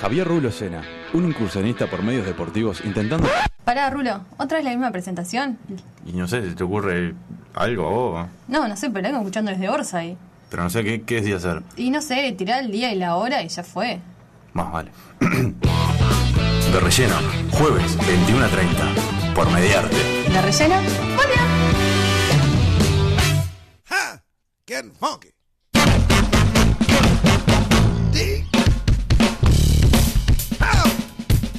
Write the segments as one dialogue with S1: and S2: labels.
S1: Javier Rulo Sena, un incursionista por medios deportivos intentando...
S2: Pará, Rulo, ¿otra vez la misma presentación?
S3: Y no sé si te ocurre algo a vos.
S2: No, no sé, pero la vengo escuchando desde Orsa y,
S3: Pero no sé qué, qué es de hacer.
S2: y no sé, tirar el día y la hora y ya fue.
S3: Más vale. De relleno, jueves 21 a 30. Por mediarte.
S2: ¿La rellena? ¡Hola!
S4: Huh? Getting funky. Dig. Oh,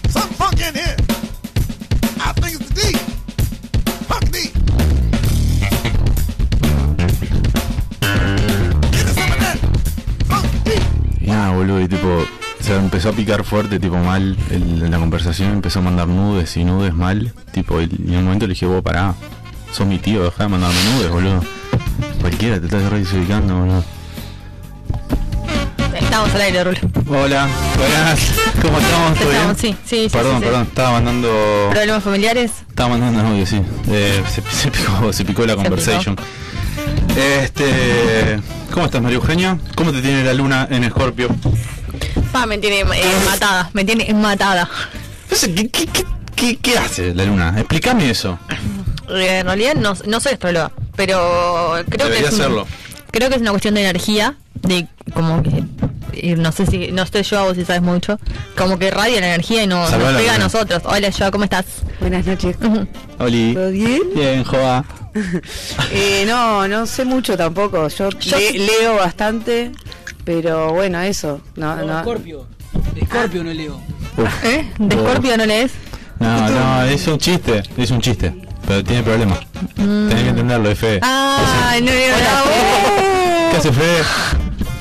S4: something funky in here. I think it's the D. Funk D. Give me some of that. Funk D.
S5: Y nada, boludo, y tipo, se empezó a picar fuerte, tipo mal, el- la conversación empezó a mandar nudes y nudes mal, tipo, y, y en un momento le dije, vos pará, sos mi tío, dejá de mandarme nudes, boludo. Cualquiera te estás re desubicando, boludo.
S6: Estamos al aire, Rulo.
S5: Hola, buenas, ¿cómo estamos? ¿Todo bien?
S6: Estamos, sí, sí, sí,
S5: Perdón,
S6: sí, sí.
S5: perdón, estaba mandando.
S6: ¿Problemas familiares?
S5: Estaba mandando novio, sí. Eh, se, se picó, se picó la conversation. Este. ¿Cómo estás, María Eugenia? ¿Cómo te tiene la luna en Escorpio?
S6: Pa, me tiene eh, matada, me tiene matada.
S5: No sé, ¿Qué, qué, qué, qué- qué hace la luna? Explícame eso.
S6: Eh, En realidad no, no soy astróloga, pero creo
S5: Debería
S6: que es un-
S5: serlo.
S6: creo que es una cuestión de energía, de como que y no sé si no estoy yo a vos si sabes mucho, como que radia la energía y nos,
S5: Salvá
S6: nos
S5: la
S6: pega a
S5: luna.
S6: nosotros. Hola, yo, ¿cómo estás?
S7: Buenas noches.
S5: Oli.
S7: ¿Todo bien?
S5: Bien, Joa.
S7: Eh, no, no sé mucho tampoco. Yo,
S6: Yo-
S7: le- leo bastante, pero bueno, eso. No,
S8: No,
S7: no.
S8: Scorpio. Scorpio no leo.
S5: Uf.
S6: ¿Eh? ¿De
S5: Oh.
S6: Scorpio no lees?
S5: No, no, es un chiste. Es un chiste. Pero tiene problemas. Tenés que entenderlo, es fe.
S6: Mm. Ah, no leo nada.
S5: ¿Qué hace fe?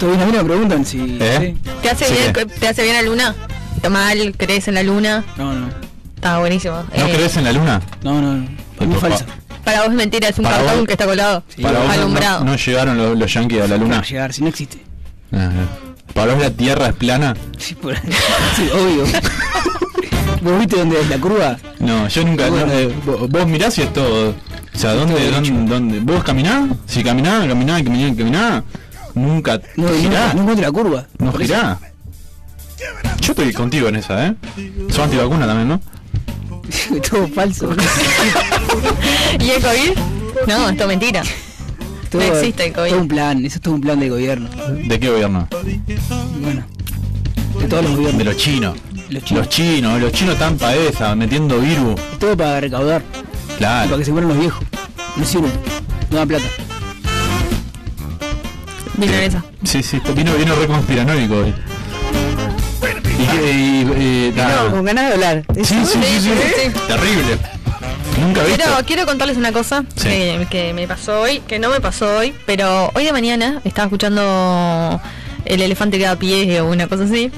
S8: Todavía a mí me preguntan si...
S5: ¿Eh?
S6: ¿Te hace,
S5: Sí,
S6: bien,
S5: ¿qué?
S6: ¿Te hace bien la luna? ¿Está mal? ¿Crees en la luna?
S8: No, no.
S6: Está buenísimo.
S5: ¿No
S6: Eh,
S5: crees en la luna?
S8: No, no, no. Para mí
S5: Papá.
S8: falsa.
S6: Para vos es mentira, es un
S5: Para
S6: cartón
S5: vos-
S6: que está colado.
S5: Para vos no-
S6: alumbrado.
S5: no, no llegaron los, los yankees a la
S8: No va a
S5: luna.
S8: llegar, si no existe.
S5: Ajá. Para vos la tierra es plana.
S8: Sí, por- sí, obvio. ¿Vos viste dónde es la curva?
S5: No, yo nunca.
S8: Bueno.
S5: no, eh, vo- vos mirás y es todo. O sea, ¿dónde,
S8: Todo
S5: dónde,
S8: derecho.
S5: dónde- ¿Vos caminás? Si caminás, caminás, caminás, caminás. Nunca
S8: No, no,
S5: girás.
S8: no encuentro la curva.
S5: No
S8: Por eso-
S5: girá. Yo estoy contigo en esa, ¿eh? Son antivacuna también, ¿no?
S8: Todo falso.
S6: ¿Y el COVID? No, esto es mentira.
S8: Todo-
S6: existe el COVID.
S8: Todo un plan, eso es todo un plan del gobierno.
S5: ¿De qué gobierno?
S8: Bueno, de todos los
S5: De
S8: gobiernos.
S5: los chinos.
S8: Los chinos.
S5: Los chinos, los chinos están pa' esa, metiendo virus.
S8: Todo para recaudar, para
S5: Claro.
S8: que se mueran los viejos. No sirven, no dan plata.
S6: Vino esa.
S5: Sí, sí, vino, vino re conspiranoico hoy. Y, que- y- y-
S7: No,
S5: nada.
S7: con ganas de hablar.
S5: Sí, sí, sí, sí,
S6: Sí.
S5: Terrible. Nunca visto.
S6: Quiero, quiero contarles una cosa
S5: Sí.
S6: que, que me pasó hoy, que no me pasó hoy, pero hoy de mañana estaba escuchando El elefante que da pie o una cosa así.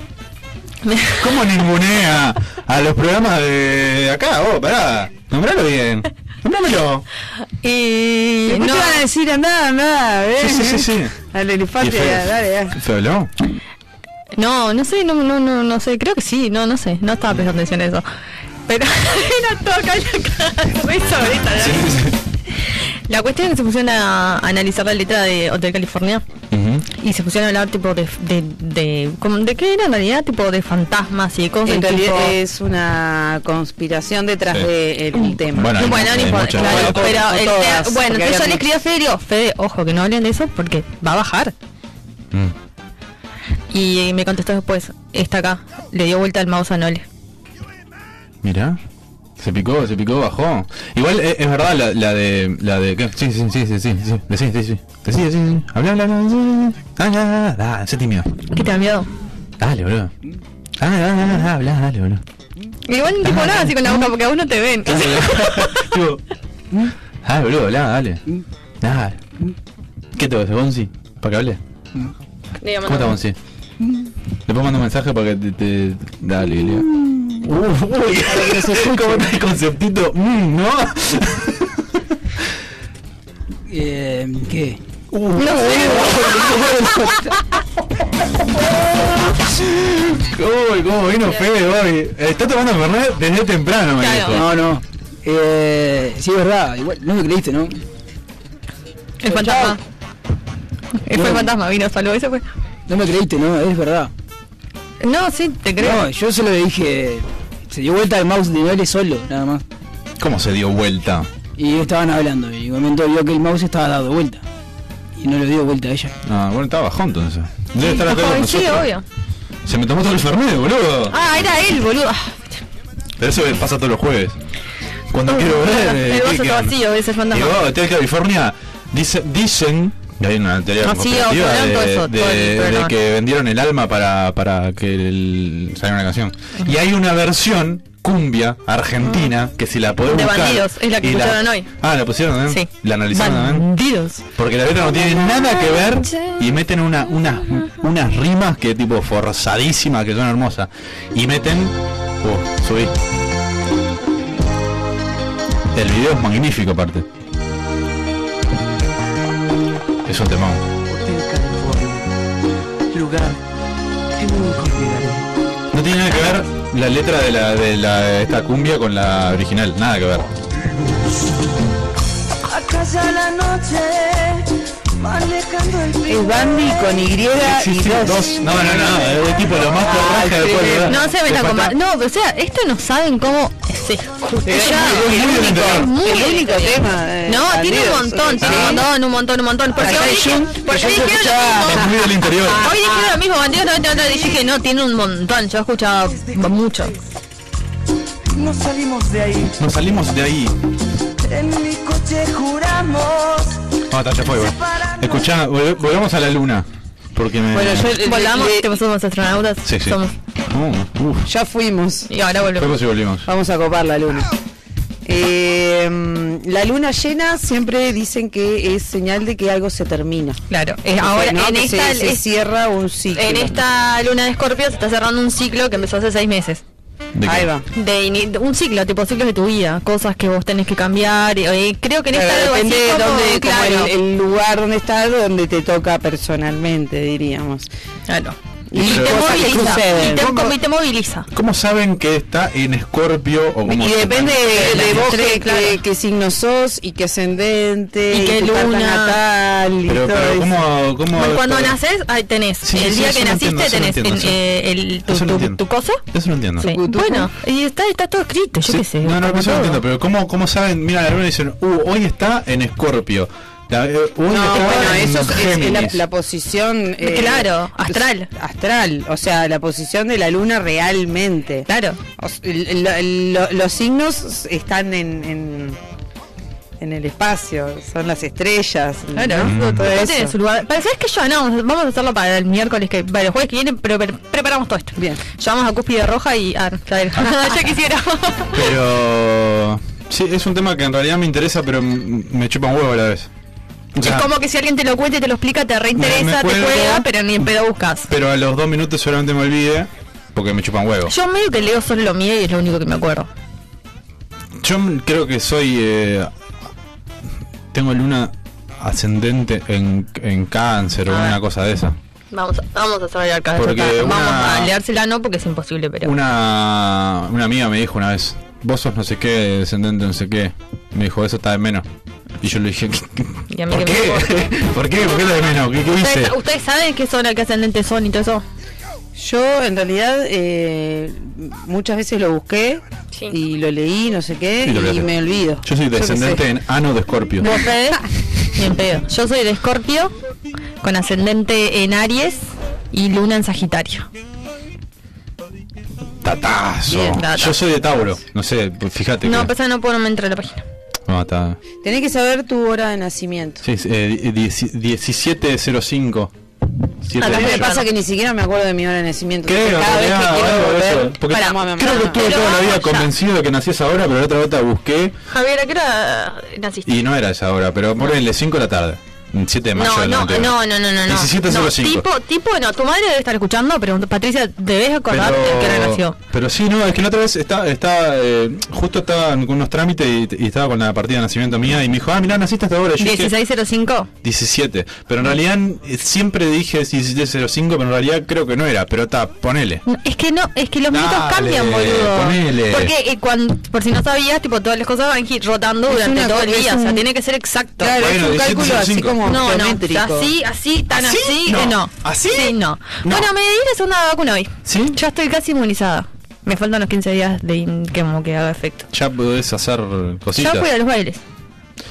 S5: ¿Cómo ningunea a los programas de acá? Oh, pará. Nombralo bien. Nombrámelo.
S6: Y
S7: No te
S6: no,
S7: van a decir andá, andá,
S5: Sí,
S7: ven.
S5: sí, sí, sí.
S7: Al elefante,
S5: Y feo.
S7: dale, dale.
S5: ¿Se habló?
S6: no, no sé, no, no, no, no sé, creo que sí, no, no sé, no estaba prestando atención a eso. Pero era todo acá y acá. Me hizo ahorita, ¿no?
S5: Sí, sí, sí.
S6: La cuestión es que se pusieron a analizar la letra de Hotel California.
S5: Ujú.
S6: Y se pusieron a hablar tipo de, de, de, como- de qué era en realidad, tipo de fantasmas y de cosas.
S7: En
S6: tipo-
S7: realidad es una conspiración detrás
S5: Sí.
S7: del tema.
S5: Bueno, hay
S6: bueno,
S5: mu-
S6: no
S5: hay
S6: importa,
S5: muchas
S6: claro,
S5: variantes.
S6: pero
S7: No
S6: el
S7: todas,
S6: tema- bueno,
S7: porque
S6: entonces yo
S7: había
S6: le escribí a Fede, digo, Fede, ojo, que no hablen de eso porque va a bajar.
S5: Mm.
S6: Y me contestó después, está acá, le dio vuelta al mouse a Nole.
S5: Mirá. Se picó, se picó, bajó. Igual eh, es, verdad la, la de. La de ¿qué? Sí, sí, sí, sí, sí, sí. Decí, sí, sí. Decí, sí, sí. Habla, habla, habla. sí, sí, sí. Ah, ya, ya, ya. Ah, sé tímido.
S6: ¿Qué te ha enviado?
S5: Dale, boludo. Ah, ya, ya, ya, habla, dale, boludo.
S6: Igual tipo nada así con la boca porque aún no te ven.
S5: Tipo, ah, boludo, habla, dale. Dale. ¿Qué te vas a Gonzi? ¿Para que hable?
S6: Le
S5: ¿Cómo está Gonzi? Le puedo mandar un mensaje para que te. te- Dale, Leo. ¿Cómo está el conceptito? Mm, ¿No?
S8: Eh, ¿Qué?
S5: Uy, cómo vino Fede hoy. Está tomando Fernet desde temprano, me
S6: Claro.
S5: dijo.
S8: No, no. Eh, sí, es verdad, igual, no me creíste, ¿no?
S6: El fantasma. Él fue el fantasma, vino, saludó y se fue.
S8: No me creíste, ¿no? Es verdad.
S6: No, sí, te creo.
S8: No, yo solo le dije. Se dio vuelta el mouse de niveles solo, nada más.
S5: ¿Cómo se dio vuelta?
S8: Y estaban hablando. Y en un momento vio que el mouse estaba dado vuelta. Y no le dio vuelta a ella.
S5: Ah, bueno, estaba bajón entonces. Debe estar acá con
S6: Ay, sí,
S5: nosotros.
S6: obvio.
S5: Se me tomó todo el fernet, boludo.
S6: Ah, era él, boludo. Ah,
S5: Pero eso me pasa todos los jueves. Cuando
S6: Uy,
S5: quiero ver. eh,
S6: Ah, el vaso está
S5: Kicken.
S6: vacío, es el
S5: Y
S6: fantasma.
S5: vos, Hotel California, dice- dicen. y Hay una teoría
S6: Ah, sí,
S5: conspirativa
S6: hablaron todo eso, todo
S5: de,
S6: el
S5: de- de
S6: programa.
S5: que vendieron el alma para, para que el- saliera una canción. Y hay una versión cumbia argentina que si la podemos
S6: De
S5: buscar
S6: bandidos, es la que
S5: y
S6: escucharon hoy.
S5: Ah, la pusieron, ¿eh?
S6: Sí.
S5: La analizaron, ¿eh?
S6: Bandidos.
S5: Porque la letra no tiene nada que ver y meten una, unas- unas rimas que tipo forzadísimas que son hermosas. Y meten. Oh, subí. El video es magnífico aparte. Es un temón. No tiene nada que ver la letra de la de la de esta cumbia con la original, nada que ver.
S7: Es Bambi con Y
S5: Sí,
S7: y
S5: sí,
S7: dos.
S5: dos. No, no, no, es tipo lo más torraje del pueblo.
S6: No se me
S5: Le
S6: la
S5: falta-
S6: coma. No, pero o sea, esto no saben cómo se escucha.
S5: muy bien interior.
S6: es muy
S7: El único
S6: interior.
S7: tema. eh,
S6: No, tiene un
S7: Bandidos.
S6: montón, tiene un montón, un montón, un montón. Porque
S7: Acá
S6: hoy
S7: hay
S6: dije,
S7: Jun,
S6: porque
S7: yo
S6: hoy
S7: se
S6: dijeron
S7: escuchaba-
S6: lo
S5: Es
S6: mismo.
S5: muy del interior.
S7: Ah.
S6: Hoy dijeron lo mismo, bandidos 99, y dije, no, tiene un montón, yo he escuchado mucho.
S5: Nos salimos de ahí. En mi coche juramos. No, Ah, está, ya fue, bueno. Escuchá, volve- volvemos a la luna. Porque me.
S7: Bueno, yo le-
S6: Volamos,
S7: le-
S6: te pasamos astronautas,
S5: Sí, sí.
S6: somos,
S5: Oh, uf.
S7: ya fuimos.
S6: y ahora volvemos.
S5: Fuimos y volvimos.
S7: Vamos a copar la luna. Eh, mm, la luna llena siempre dicen que es señal de que algo se termina.
S6: Claro, eh,
S7: O sea,
S6: ahora
S7: ¿no?
S6: en
S7: Que se-
S6: esta,
S7: se,
S6: es-
S7: cierra un ciclo.
S6: en esta luna de Escorpio se está cerrando un ciclo que empezó hace seis meses.
S5: ¿De qué?
S7: Ahí va.
S6: de, ini- de un ciclo, tipo ciclos de tu vida, cosas que vos tenés que cambiar. y- eh, creo que en esta algo así
S7: depende de
S6: como-
S7: dónde, como el-
S6: claro.
S7: el, lugar donde estás, donde te toca personalmente, diríamos.
S6: Claro.
S7: Y,
S6: Y te
S7: cosas que
S6: moviliza. Y
S7: suceden.
S6: te, como- y te moviliza.
S5: ¿Cómo saben que está en Escorpio o como
S7: Y
S5: se-
S7: depende
S6: de
S7: de,
S6: las
S7: vos
S6: estrellas,
S7: qué,
S6: claro.
S7: qué- qué signo sos y qué ascendente
S6: Y qué
S7: tu carta
S6: luna.
S7: natal y
S5: Pero,
S7: todo
S5: pero
S7: eso.
S5: ¿cómo, cómo
S6: Como cuando naces, ahí tenés.
S5: Sí,
S6: el
S5: sí,
S6: día
S5: eso
S6: que
S5: no
S6: naciste
S5: entiendo, eso no
S6: tenés
S5: entiendo,
S6: en,
S5: eso no-
S6: eh, el, tu,
S5: eso no
S6: tu-
S5: entiendo.
S6: tu cosa.
S5: Eso no entiendo.
S6: Sí.
S7: ¿Tu
S6: Bueno, y está, está todo escrito, yo
S5: Sí,
S6: qué sé.
S5: No,
S6: como
S5: no, eso no
S6: todo.
S5: entiendo, pero ¿cómo, cómo saben? Mira, la luna y dicen, uh, hoy está en Escorpio. La- eh, hoy
S7: No,
S5: está
S7: bueno,
S5: en
S7: eso es- es,
S5: Géminis.
S7: la, la posición. eh,
S6: Claro, astral.
S7: Astral, o sea, la posición de la luna realmente.
S6: Claro.
S7: O s- el- el- lo- los signos están en, en, en el espacio, son las estrellas.
S6: Claro,
S5: Mm.
S7: ¿no? Todo
S6: Todo
S7: eso.
S6: tiene su lugar. Pero sabes que ya no, vamos a hacerlo para el miércoles que, para el jueves que viene, pero, pero preparamos todo esto.
S7: Bien.
S6: Llevamos a Cúspide Roja y ah, claro. ya quisiera.
S5: Pero sí, es un tema que en realidad me interesa, pero m- me chupa un huevo a la vez. O sea,
S6: es como que si alguien te lo cuente, te lo explica, te reinteresa,
S5: Me- me
S6: te
S5: cuelgo.
S6: juega, pero ni en pedo buscas.
S5: Pero a los dos minutos seguramente me olvide, porque me chupan huevo.
S6: Yo medio que leo solo lo mío y es lo único que me acuerdo.
S5: Yo m- creo que soy. eh, tengo luna ascendente en, en cáncer o
S6: Ah.
S5: una cosa de esa.
S6: Vamos, a- vamos a saber acá.
S5: Porque
S6: Vamos
S5: una-
S6: a leársela, no porque es imposible, pero.
S5: Una, una amiga me dijo una vez: Vos sos no sé qué, descendente, no sé qué. Me dijo: Eso está de menos. Y yo le dije:
S6: Y a mí
S5: ¿Por
S6: que
S5: qué?
S6: me importa.
S5: ¿Por qué? ¿Por qué lo de menos? ¿Qué, qué hice?
S6: ¿Ustedes, ustedes saben qué son, qué ascendentes son y todo eso?
S7: Yo en realidad eh, muchas veces lo busqué
S6: Sí.
S7: y lo leí, no sé qué,
S5: Y lo
S7: y,
S5: leaste.
S7: me olvido.
S5: Yo soy
S7: qué
S5: descendente
S7: sé.
S5: en ano de escorpio.
S6: ¿Vos, Fede? Ni en pedo. Yo soy de Escorpio, con ascendente en Aries y luna en Sagitario.
S5: Tatazo.
S6: Bien, tata.
S5: Yo soy de Tauro. No sé, pues, fíjate.
S6: No,
S5: que-
S6: pasa no puedo no me entrar a la página.
S5: No, está-
S7: Tenés que saber tu hora de nacimiento.
S5: Sí, es, eh, die- dieci- 1705. Siete
S6: Ah,
S5: de
S7: A mí me
S5: mayo.
S7: pasa que ni siquiera me acuerdo de mi hora de nacimiento.
S5: Creo,
S7: Entonces, cada vez
S5: mirá,
S7: que quiero
S5: algo de
S7: volver,
S5: eso. Porque
S7: para, mamá,
S5: Creo que
S7: mamá.
S5: estuve
S6: Pero
S5: toda la vida
S6: vamos ya.
S5: convencido de que nací a esa hora, pero la otra vez la busqué
S6: Javier, ¿a qué hora naciste?
S5: y no era esa hora. Pero ponele 5 de la tarde. 7 de mayo.
S6: No,
S5: del
S6: no,
S5: 92.
S6: no, no, no, no. no.
S5: 17.05.
S6: No, tipo, tipo, no, tu madre debe estar escuchando, pero Patricia, debes acordarte de que hora nació.
S5: pero sí, no, es que la otra vez está, está eh, justo estaba con unos trámites y, y estaba con la partida de nacimiento mía y me dijo, ah, mirá, naciste hasta ahora. Yo dije,
S6: 1605.
S5: 17. Pero en realidad eh, siempre dije 1705, pero en realidad creo que no era. Pero está, ponele.
S6: No, Es que no, es que los minutos
S5: Dale,
S6: cambian, boludo.
S5: ponele.
S6: Porque eh, cuando, por si no sabías, tipo todas las cosas van gi- rotando
S7: Es
S6: durante
S7: una
S6: todo el
S7: co- es
S6: día, o sea,
S7: un-
S6: tiene que ser exacto.
S7: Claro,
S5: Bueno,
S7: es un cálculo así
S5: 17.05.
S7: como como
S6: No, no,
S7: geométrico.
S6: así, así, tan así,
S9: ¿Así?
S6: eh, no.
S9: No. ¿Así?
S6: Sí, no.
S9: No.
S6: Bueno, me di la segunda vacuna hoy.
S9: ¿Sí?
S6: Ya estoy casi inmunizada. Me faltan los 15 días de in- que, como que haga efecto.
S5: Ya podés hacer
S6: Ya
S5: cositas.
S6: fui a los bailes.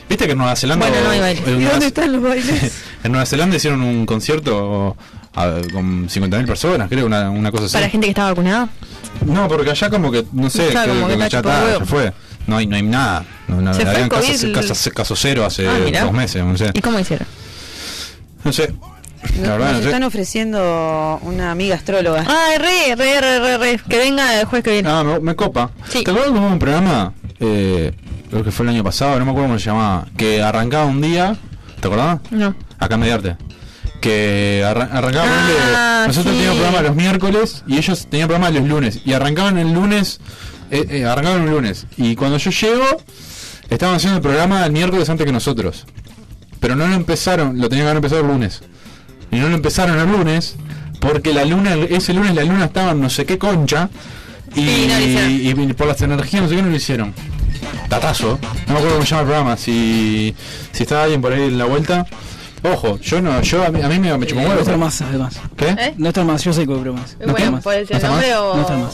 S5: Viste que en Nueva Zelanda.
S6: Bueno, no hay baile.
S5: en
S7: ¿Y
S5: Nueva-
S7: dónde están los bailes?
S5: en Nueva Zelanda hicieron un concierto a- con 50.000 personas, creo, una, una cosa así.
S6: Para gente que está vacunada.
S5: No, porque allá como que, no sé,
S6: Ya,
S5: creo
S6: como
S5: que
S6: que
S5: ya
S6: está
S5: está,
S6: chupado
S5: ya
S6: huevo.
S5: fue. No hay, no hay nada. No, no,
S6: Se fue
S5: habían
S6: el
S5: casos-
S6: COVID.
S5: casos- caso cero hace
S6: Ah, mirá.
S5: dos meses, no sé.
S6: ¿Y cómo hicieron?
S5: No sé. La
S7: Nos-
S5: verdad,
S7: Nos
S5: Ah, no sé.
S7: están ofreciendo una amiga astróloga.
S6: Ay, Ah, re, re, re, re, re. Que venga el jueves que viene.
S5: Ah, me, me copa.
S6: Sí.
S5: ¿Te acuerdas que hubo un programa? Eh, creo que fue el año pasado, no me acuerdo cómo se llamaba. Que arrancaba un día. ¿Te acordás?
S6: No.
S5: Acá en Mediarte. Que arran- arrancaba. ponele,
S6: Ah,
S5: nosotros
S6: sí.
S5: teníamos programa los miércoles y ellos tenían programa los lunes. Y arrancaban el lunes. eh, eh, arrancaban un lunes. Y cuando yo llego, estaban haciendo el programa el miércoles antes que nosotros. Pero no lo empezaron, lo tenían que haber empezado el lunes. Y no lo empezaron el lunes, porque la luna, ese lunes la luna estaba en no sé qué concha. Y,
S6: Sí, no lo hicieron.
S5: y por las energías no sé qué no lo hicieron. Tatazo. No me acuerdo cómo se llama el programa. Si, si estaba alguien por ahí en la vuelta. Ojo, yo no, yo a mí, a mí me, me chupó un
S8: No
S5: huevo.
S8: está más, además.
S5: ¿Qué?
S6: ¿Eh?
S8: No está más, yo sé que cobro más. No está
S6: bueno,
S8: más.
S6: por el
S5: ¿No está
S6: nombre
S5: más?
S6: o.
S8: No está más.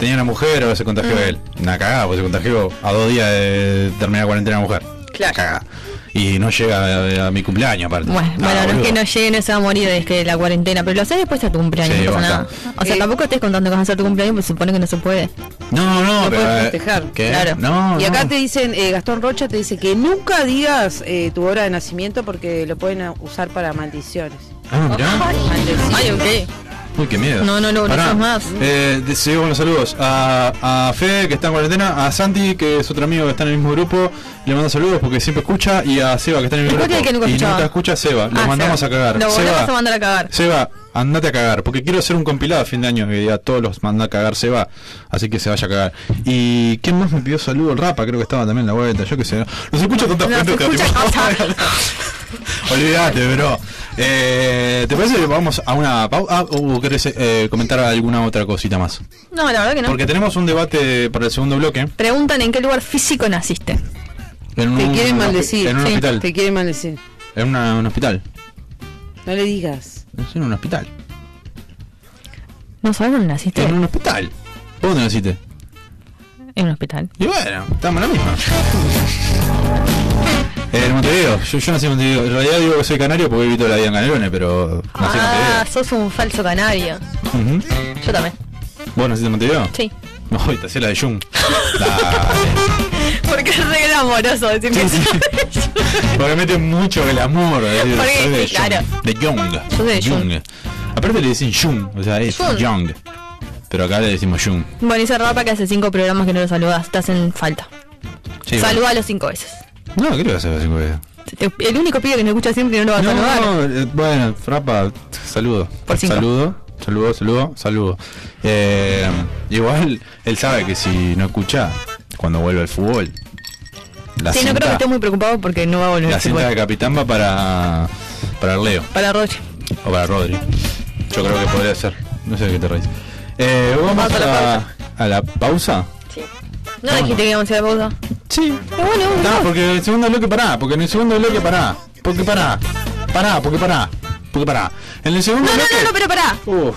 S5: tenía una mujer o se contagió él. Una cagada, pues se contagió a dos días de terminar la cuarentena la mujer.
S6: Claro.
S5: Cagada. Y no llega a, a mi cumpleaños aparte.
S6: Bueno,
S5: Nada,
S6: bueno, no es
S5: Ah, boludo.
S6: que no llegue, no se va a morir desde que la cuarentena, pero lo haces después de tu cumpleaños,
S5: Sí,
S6: no pasa nada.
S5: basta.
S6: O sea,
S7: Eh.
S6: tampoco estés contando que vas a hacer tu cumpleaños, pues supone que no se puede.
S5: No, no,
S7: No
S5: pero.
S7: puedes
S5: eh,
S7: festejar,
S5: ¿qué?
S6: claro.
S5: No,
S7: Y acá
S5: no.
S7: te dicen, eh, Gastón Rocha te dice que nunca digas eh, tu hora de nacimiento porque lo pueden ah, usar para maldiciones.
S5: Ah, mirá.
S6: Ay, ok.
S5: Uy, qué miedo.
S6: No, no lo
S5: Pará.
S6: usas más.
S5: Eh, de- sigo con los saludos. A, a Fede, que está en cuarentena. A Santi, que es otro amigo que está en el mismo grupo. Le mando saludos porque siempre escucha. Y a Seba, que está en el mismo
S6: Después
S5: grupo.
S6: que nunca
S5: y
S6: escuchaba.
S5: nunca escucha a Seba. Lo
S6: Ah,
S5: mandamos
S6: Seba.
S5: a cagar.
S6: Lo
S5: Seba,
S6: volvemos a mandar a cagar.
S5: Seba, andate a cagar. Porque quiero hacer un compilado a fin de año. Que diga, todos los manda a cagar Seba. Así que se vaya a cagar. ¿Y quién más me pidió saludos? El Rapa, creo que estaba también en la vuelta. Yo que sé. Nos escucha tanta
S6: Nos
S5: gente. que
S6: escucha
S5: tipo-
S6: tanta-
S5: Olvídate, bro. Eh, ¿Te parece que vamos a una pausa o querés eh, comentar alguna otra cosita más?
S6: No, la verdad que no.
S5: Porque tenemos un debate para el segundo bloque.
S6: Preguntan en qué lugar físico naciste.
S5: Mm, En un,
S7: Te quieren maldecir.
S5: En un
S7: sí,
S5: hospital.
S7: Te quieren maldecir.
S5: En una- un hospital.
S7: No le digas.
S5: Es en un hospital.
S6: ¿No sabes dónde naciste?
S5: En un hospital. ¿Vos ¿Dónde naciste?
S6: En un hospital.
S5: Y bueno, estamos en la misma. En Montevideo. Yo, yo nací en Montevideo. En realidad digo que soy canario porque evito la vida en Canelones, pero nací
S6: Ah, sos un falso canario.
S7: Ah.
S5: en Montevideo.
S6: Yo también.
S5: Ujú. ¿Vos naciste en Montevideo?
S6: Sí.
S5: No, y te hacía la de Jung. Dale.
S6: Porque es re amoroso decir que
S5: Sí,
S6: sí.
S5: Porque mete mucho glamour. eh, de-
S6: Porque
S5: de
S6: sí, claro.
S5: Jung, De Young.
S6: Yo soy de Jung.
S5: Aparte le dicen Jung, o sea, es
S6: Jung.
S5: Young. Pero acá le decimos Jung.
S6: Bueno, dice Rapa que hace cinco programas que no lo saludas, te hacen falta.
S5: Sí,
S6: Saluda a los cinco veces.
S5: bueno. No, creo que hace cinco veces.
S6: El único pibe que nos escucha siempre y no lo va a
S5: No,
S6: saludar.
S5: no, eh, bueno, Frapa, saludo.
S6: Por cinco.
S5: Saludo, saludo, saludo, saludo. Eh, igual, él sabe que si no escucha, cuando vuelve al fútbol, la
S6: sí, no
S5: cinta,
S6: creo que esté muy preocupado porque no va a volver
S5: la
S6: al
S5: cinta
S6: fútbol.
S5: de capitán va para, para Leo.
S6: Para Roche.
S5: O para Rodri. Yo creo que podría ser. No sé de qué te reís. Eh, vamos
S6: Vamos a la
S5: a, a la pausa.
S6: No dijiste que íbamos a ir a la pausa.
S5: Sí.
S6: Pero bueno,
S5: No,
S6: vamos.
S5: porque en el segundo bloque pará, porque en el segundo bloque pará. Porque pará. Pará, porque pará. Porque pará. En el segundo
S6: No, no,
S5: bloque.
S6: no, no, pero pará.
S5: Uf.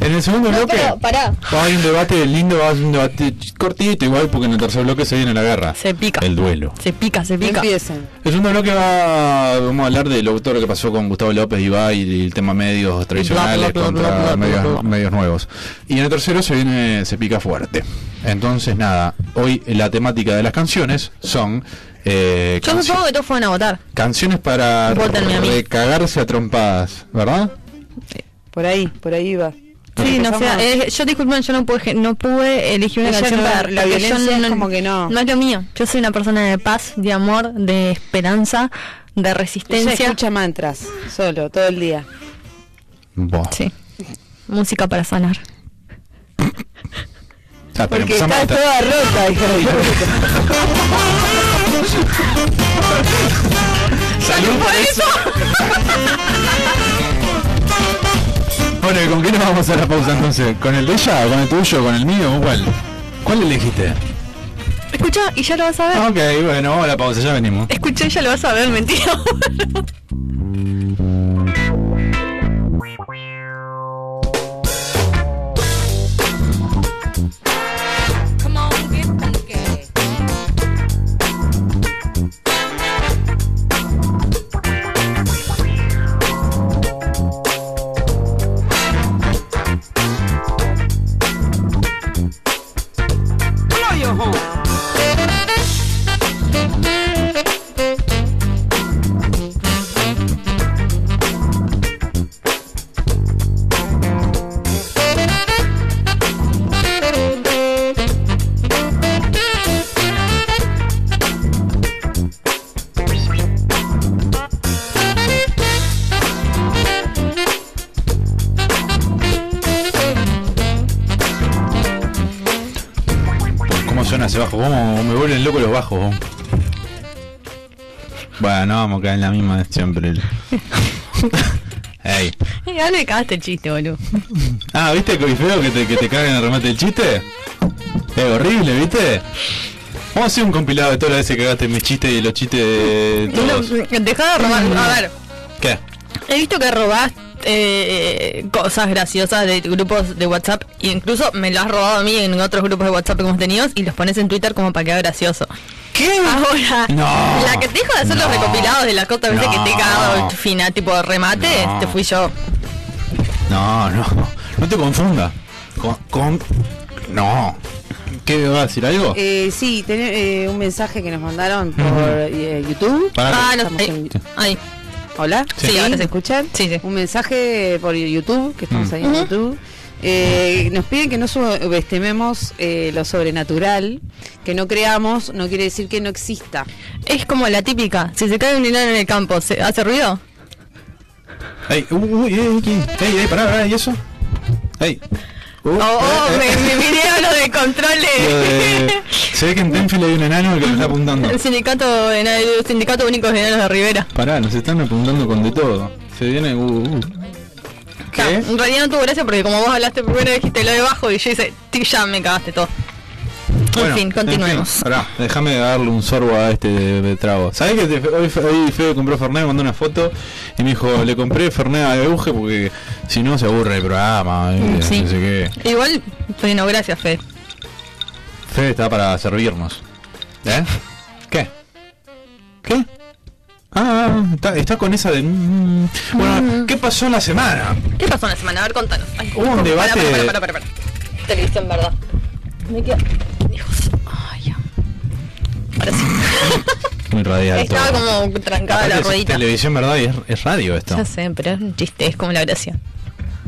S5: En el segundo bloque.
S6: pero pará.
S5: Va a haber un debate lindo, va a haber un debate cortito igual, porque en el tercer bloque se viene la guerra.
S6: Se pica.
S5: El duelo.
S6: Se pica, se
S7: No
S6: pica.
S7: empiecen.
S5: El segundo bloque va, vamos a hablar del autor que pasó con Gustavo López Ibai y el tema medios tradicionales
S6: bla, bla,
S5: contra
S6: bla, bla,
S5: medios,
S6: bla, bla.
S5: medios nuevos. Y en el tercero se viene, se pica fuerte. Entonces nada, hoy la temática de las canciones son eh,
S6: Yo
S5: cancio-
S6: supongo que todos fueron a votar.
S5: canciones para
S6: Vótenme a mí.
S5: recagarse a trompadas, ¿verdad?
S7: Por ahí, por ahí va.
S6: Sí, no
S7: Empezamos.
S6: o sea, eh, yo disculpen, yo no pude, no pude elegir una
S7: Ella
S6: canción
S7: no,
S6: para
S7: la
S6: porque yo
S7: violencia es como que no.
S6: No es lo mío. Yo soy una persona de paz, de amor, de esperanza, de
S7: Ella
S6: resistencia.
S7: escucha mantras, solo, todo el día.
S5: Buah.
S6: Sí. Música para sanar.
S5: Ya, pero
S7: Porque
S5: empezamos
S7: está
S5: a-
S7: toda rota, hija de puta.
S5: ¡Salud por eso! bueno, ¿y con qué nos vamos a la pausa entonces? ¿Con el de ella? ¿Con el tuyo? ¿Con el mío? ¿Cuál? ¿Cuál elegiste?
S6: Escucha, y ya lo vas a ver.
S5: Ah, Ok, bueno, vamos a la pausa, ya venimos.
S6: Escuché y ya lo vas a ver, mentira.
S5: ¿Cómo suena ese bajo? ¿Cómo me vuelven locos los bajos? vos? Bueno, vamos a caer en la misma de siempre. Ey.
S6: Ya le cagaste el chiste, boludo.
S5: Ah, ¿viste Corifeo que te, que te cagan el remate del chiste? Es horrible, ¿viste? Vamos a hacer un compilado de todas las veces que cagaste mis chistes y los chistes de todos.
S6: No, Dejá de robar. A ver,
S5: ¿Qué?
S6: he visto que robás eh, eh, cosas graciosas de grupos de WhatsApp. E incluso me lo has robado a mí en otros grupos de WhatsApp que hemos tenido y los pones en Twitter como para quedar gracioso.
S5: ¿Qué?
S6: Ahora,
S5: No.
S6: la que te dijo de hacer los
S5: No.
S6: recopilados de las cosas veces que te he
S5: No.
S6: cagado final, tipo de remate,
S5: No.
S6: te fui yo.
S5: No, no. No te confunda. Con. con... No. ¿Qué vas a decir algo?
S7: Eh, sí, tenés eh, un mensaje que nos mandaron por
S5: Ujú.
S7: eh, YouTube.
S5: Pará.
S6: Ah, no,
S7: Estamos
S6: ahí,
S7: en-
S6: ahí.
S7: Hola,
S6: Sí, ahora se escucha. Sí, sí.
S7: Un mensaje por YouTube, que estamos
S5: Mm.
S7: ahí en
S6: Ujú.
S7: YouTube. Eh, nos piden que no subestimemos eh, lo sobrenatural, que no creamos, no quiere decir que no exista.
S6: Es como la típica, si se cae un dinero en el campo, ¿se hace ruido?
S5: Ey, uy, ey, ey, ey, ey, pará, pará, ¿y eso? Ey.
S6: Oh,
S5: Uh,
S6: oh,
S5: eh, eh.
S6: me, me miré a lo de control
S5: Lo
S6: de-
S5: de- Se ve que en Tenfield hay un enano que nos está apuntando.
S6: El sindicato, de na- el sindicato único de enanos de Rivera.
S5: Pará, nos están apuntando con de todo. Se viene. Uh, uh.
S6: Ta,
S5: ¿Qué?
S6: en realidad no tuvo gracia porque como vos hablaste primero dijiste lo de abajo y yo hice, "Ti, ya me cagaste todo.
S5: Bueno,
S6: en fin, continuemos.
S5: fin, pará, déjame darle un sorbo a este de, de trago. ¿Sabés que te- hoy, Fe- hoy Fede compró Fernet, me mandó una foto y me dijo, le compré Fernet a Euge porque si no se aburre el programa, eh,
S6: Mm, sí.
S5: no sé qué.
S6: Igual, bueno, gracias, Fe.
S5: Fede está para servirnos. ¿Eh? ¿Qué? ¿Qué? Ah, está, está con esa de... mm. Bueno, ¿qué pasó en la semana?
S6: ¿Qué pasó en la semana? A ver, contanos. Ay,
S5: Hubo un
S6: pará,
S5: debate-
S6: Pará, pará, pará, pará, pará. Televisión, verdad. Me quedo. Dios. Ay, ya. Ahora sí.
S5: Muy radial.
S6: Estaba
S5: todo.
S6: como trancada
S5: Aparte
S6: la
S5: es
S6: ruedita.
S5: televisión, ¿verdad? Y es, es radio esto.
S6: Ya sé, pero es un chiste, es como la gracia.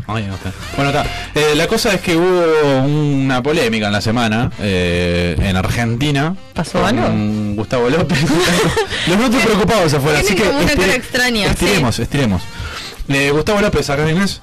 S5: Ay, ok. Bueno, está. Eh, la cosa es que hubo una polémica en la semana eh, en Argentina.
S6: ¿Pasó
S5: con
S6: algo?
S5: Gustavo López. Los noto preocupados afuera, así que.
S6: Tienen como una cara extraña, sí.
S5: Estiremos, estiremos. Eh, Gustavo López, acá en Inés.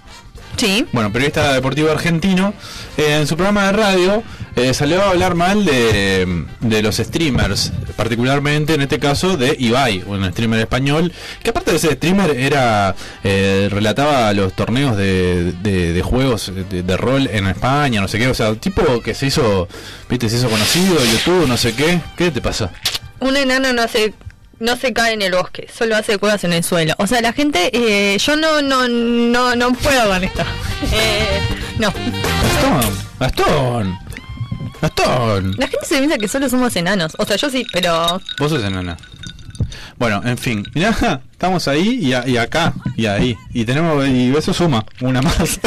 S6: Sí.
S5: Bueno, periodista deportivo argentino, eh, en su programa de radio eh, salió a hablar mal de, de los streamers, particularmente en este caso de Ibai, un streamer español, que aparte de ser streamer era eh, relataba los torneos de, de- de juegos de, de rol en España, no sé qué, o sea, tipo que se hizo, viste, se hizo conocido, YouTube, no sé qué, ¿qué te pasa?
S6: un enano no se no se cae en el bosque, solo hace cuevas en el suelo. O sea, la gente, eh, yo no no no no puedo con esto. Eh, no,
S5: Gastón, Gastón, Gastón.
S6: la gente se piensa que solo somos enanos. O sea, yo sí, pero
S5: Vos sos enana. Bueno, en fin. Mirá, estamos ahí y, a- y acá y ahí. Y tenemos, y eso suma, una más.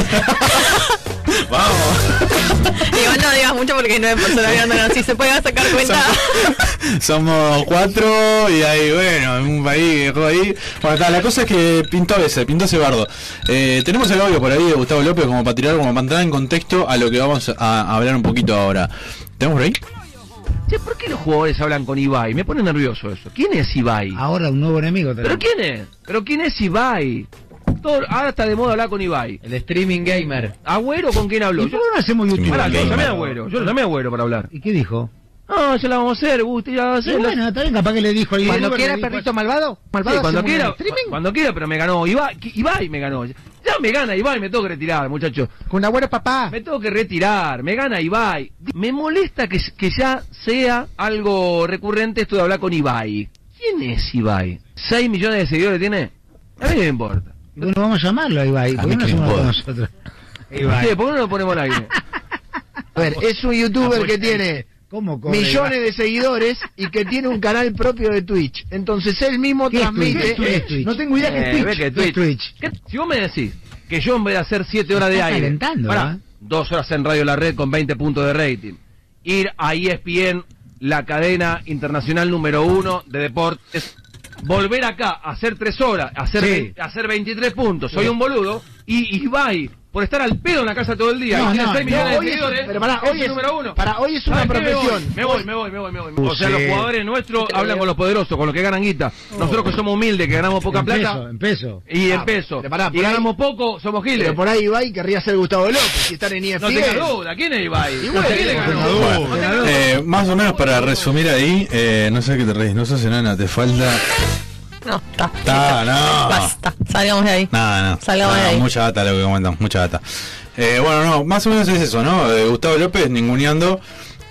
S5: Vamos.
S6: igual no digas mucho porque no personas viéndonos. Si se puede sacar cuenta.
S5: Somos cuatro y ahí, bueno, en un país que dejó ahí. Bueno, está, la cosa es que pintó ese, pintó ese bardo. Eh, tenemos el audio por ahí de Gustavo López como para tirar, como para entrar en contexto a lo que vamos a hablar un poquito ahora. ¿Tenemos por ahí?
S9: Che, ¿por qué los jugadores hablan con Ibai? Me pone nervioso eso. ¿Quién es Ibai?
S10: Ahora un nuevo enemigo
S9: ¿Pero
S10: tenemos.
S9: quién es? ¿Pero quién es Ibai? Todo- ahora está de moda hablar con Ibai.
S10: El streaming gamer.
S9: ¿Agüero con quién habló?
S10: ¿Y por qué no hacemos YouTube?
S9: Pará, lo
S10: Gamer.
S9: llamé a Agüero. Yo lo llamé a Agüero para hablar.
S10: ¿Y qué dijo?
S9: No, ya la vamos a hacer, Gusti, ya la vamos a
S10: Y
S9: hacer.
S10: bueno, también capaz que le dijo alguien.
S9: Cuando
S10: "Uber,
S9: quiera,
S10: le dijo-
S9: perrito
S10: malvado.
S9: Sí, cuando
S10: hacemos
S9: quiera,
S10: un streaming.
S9: cuando quiera, pero me ganó. Ibai, que- Ibai me ganó. Ya me gana Ibai, me tengo que retirar, muchachos.
S10: Con Agüero papá.
S9: Me tengo que retirar, me gana Ibai. Me molesta que, que ya sea algo recurrente esto de hablar con Ibai. ¿Quién es Ibai? ¿6 millones de seguidores tiene? A mí no me importa.
S10: Bueno, vamos a llamarlo a Ibai.
S5: A
S10: ¿Por
S5: mí
S10: qué no
S5: que
S10: hacemos
S5: me
S10: algo con
S5: joda.
S10: nosotros?
S9: Sí, ¿Por qué no lo ponemos al aire?
S11: A ver, es un youtuber que tiene
S10: ¿Cómo corre,
S11: millones
S10: Ibai?
S11: de seguidores y que tiene un canal propio de Twitch. Entonces él mismo
S10: ¿Qué es
S11: transmite.
S10: Twitch? ¿Qué es Twitch?
S11: No tengo idea
S9: Eh,
S11: que es
S9: ve
S11: Twitch.
S9: que
S10: ¿Qué es Twitch?
S9: ¿Qué- Si vos me decís que yo en vez de hacer 7 horas
S10: Se
S9: de
S10: está
S9: aire,
S10: calentando,
S9: pará,
S10: ¿eh?
S9: dos horas en Radio La Red con 20 puntos de rating, ir a E ESPN, la cadena internacional número uno de deportes, volver acá, hacer 3 horas, hacer,
S10: Sí.
S9: ve- hacer 23 puntos, soy un boludo, y Ibai, por estar al pedo en la casa todo el día,
S11: No,
S9: y tiene
S11: no,
S9: 6 millones
S11: no, hoy
S9: de
S11: es-
S9: seguidores,
S11: pero pará, hoy
S9: el
S11: es-
S9: ¿eh? número uno.
S11: pará, hoy es una
S9: ¿Sabés qué? Me voy,
S11: profesión.
S9: Me voy, me voy, me voy, me voy. O sea, eh, Oh.
S10: Sí.
S9: los jugadores nuestros hablan con los poderosos, con los que ganan guita. Nosotros que somos humildes, que ganamos poca
S10: en
S9: plata,
S10: peso, en peso.
S9: y en
S11: Ah,
S9: peso.
S11: pero pará,
S9: y
S11: por ahí-
S9: ganamos poco, somos giles.
S11: Pero por ahí Ibai querría ser Gustavo López y estar en E ESPN.
S9: no tengas duda, ¿quién es Ibai?
S11: Y bueno,
S9: ¿A quién le
S11: tengo
S9: ganó?
S11: duda.
S9: No tengas duda.
S5: Eh, más o menos para resumir ahí, eh, no sé qué te reís, no sos enana, te falta.
S6: No, está.
S5: Está, no.
S6: Basta. Salgamos de ahí.
S5: Nada, no.
S6: Salgamos
S5: No,
S6: de ahí.
S5: Mucha data lo que comentan, mucha data. Eh, bueno, no, más o menos es eso, ¿no? Eh, Gustavo López ninguneando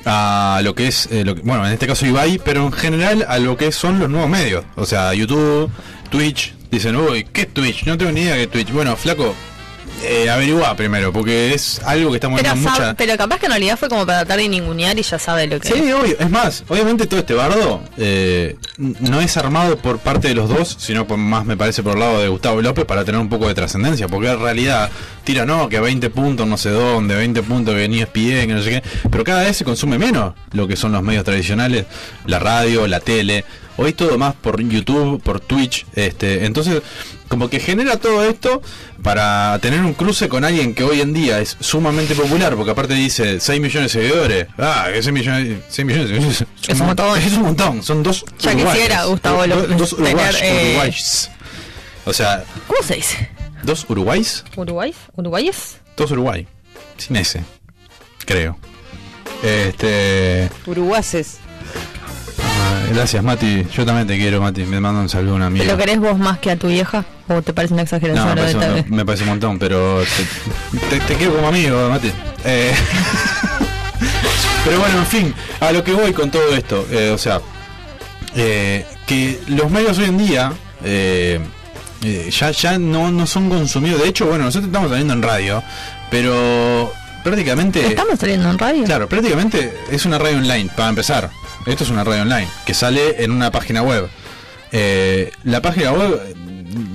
S5: a lo que es, eh, lo que- bueno, en este caso Ibai, pero en general a lo que son los nuevos medios. O sea, YouTube, Twitch, dicen, uy, ¿qué es Twitch? No tengo ni idea que es Twitch. Bueno, flaco, eh, averigua primero, porque es algo que está
S6: Pero,
S5: moviendo
S6: sab-
S5: mucha...
S6: pero capaz que en realidad fue como para tratar de ningunear y ya sabe lo que
S5: Sí, obvio. Es más, obviamente todo este bardo eh, n- no es armado por parte de los dos, sino por, más me parece por el lado de Gustavo López para tener un poco de trascendencia, porque en realidad tira no, que 20 puntos no sé dónde, 20 puntos que ni es que no sé qué, pero cada vez se consume menos lo que son los medios tradicionales, la radio, la tele, hoy todo más por YouTube, por Twitch, este, entonces como que genera todo esto para tener un cruce con alguien que hoy en día es sumamente popular, porque aparte dice 6 millones de seguidores. Ah, que 6 millones, 6 millones de seguidores.
S6: Es un montón.
S5: Es un montón, son dos
S6: Ya
S5: uruguayos.
S6: quisiera, Gustavo
S5: Do-
S6: López,
S5: Dos
S6: tener,
S5: uruguayos,
S6: eh,
S5: uruguayos. O sea,
S6: ¿Cómo se dice?
S5: dos uruguayos,
S6: ¿Uruguay? ¿Uruguayes?
S5: dos Uruguay. Sin ese, creo. Este,
S7: Uruguases.
S5: ah, gracias Mati, yo también te quiero Mati, me mando un saludo a una amiga.
S6: ¿Lo querés vos más que a tu vieja? ¿O te parece una
S5: No,
S6: exageración?
S5: me
S6: ahora de
S5: parece,
S6: tarde?
S5: un, me parece un montón, pero te, te- te quiero como amigo, Mati. Eh, pero bueno, en fin, a lo que voy con todo esto, eh, o sea, eh, que los medios hoy en día eh, eh, ya, ya no, no son consumidos. De hecho, bueno, nosotros estamos saliendo en radio, pero prácticamente...
S6: ¿Estamos saliendo en radio?
S5: Claro, prácticamente es una radio online, para empezar. Esto es una radio online, que sale en una página web. Eh, la página web,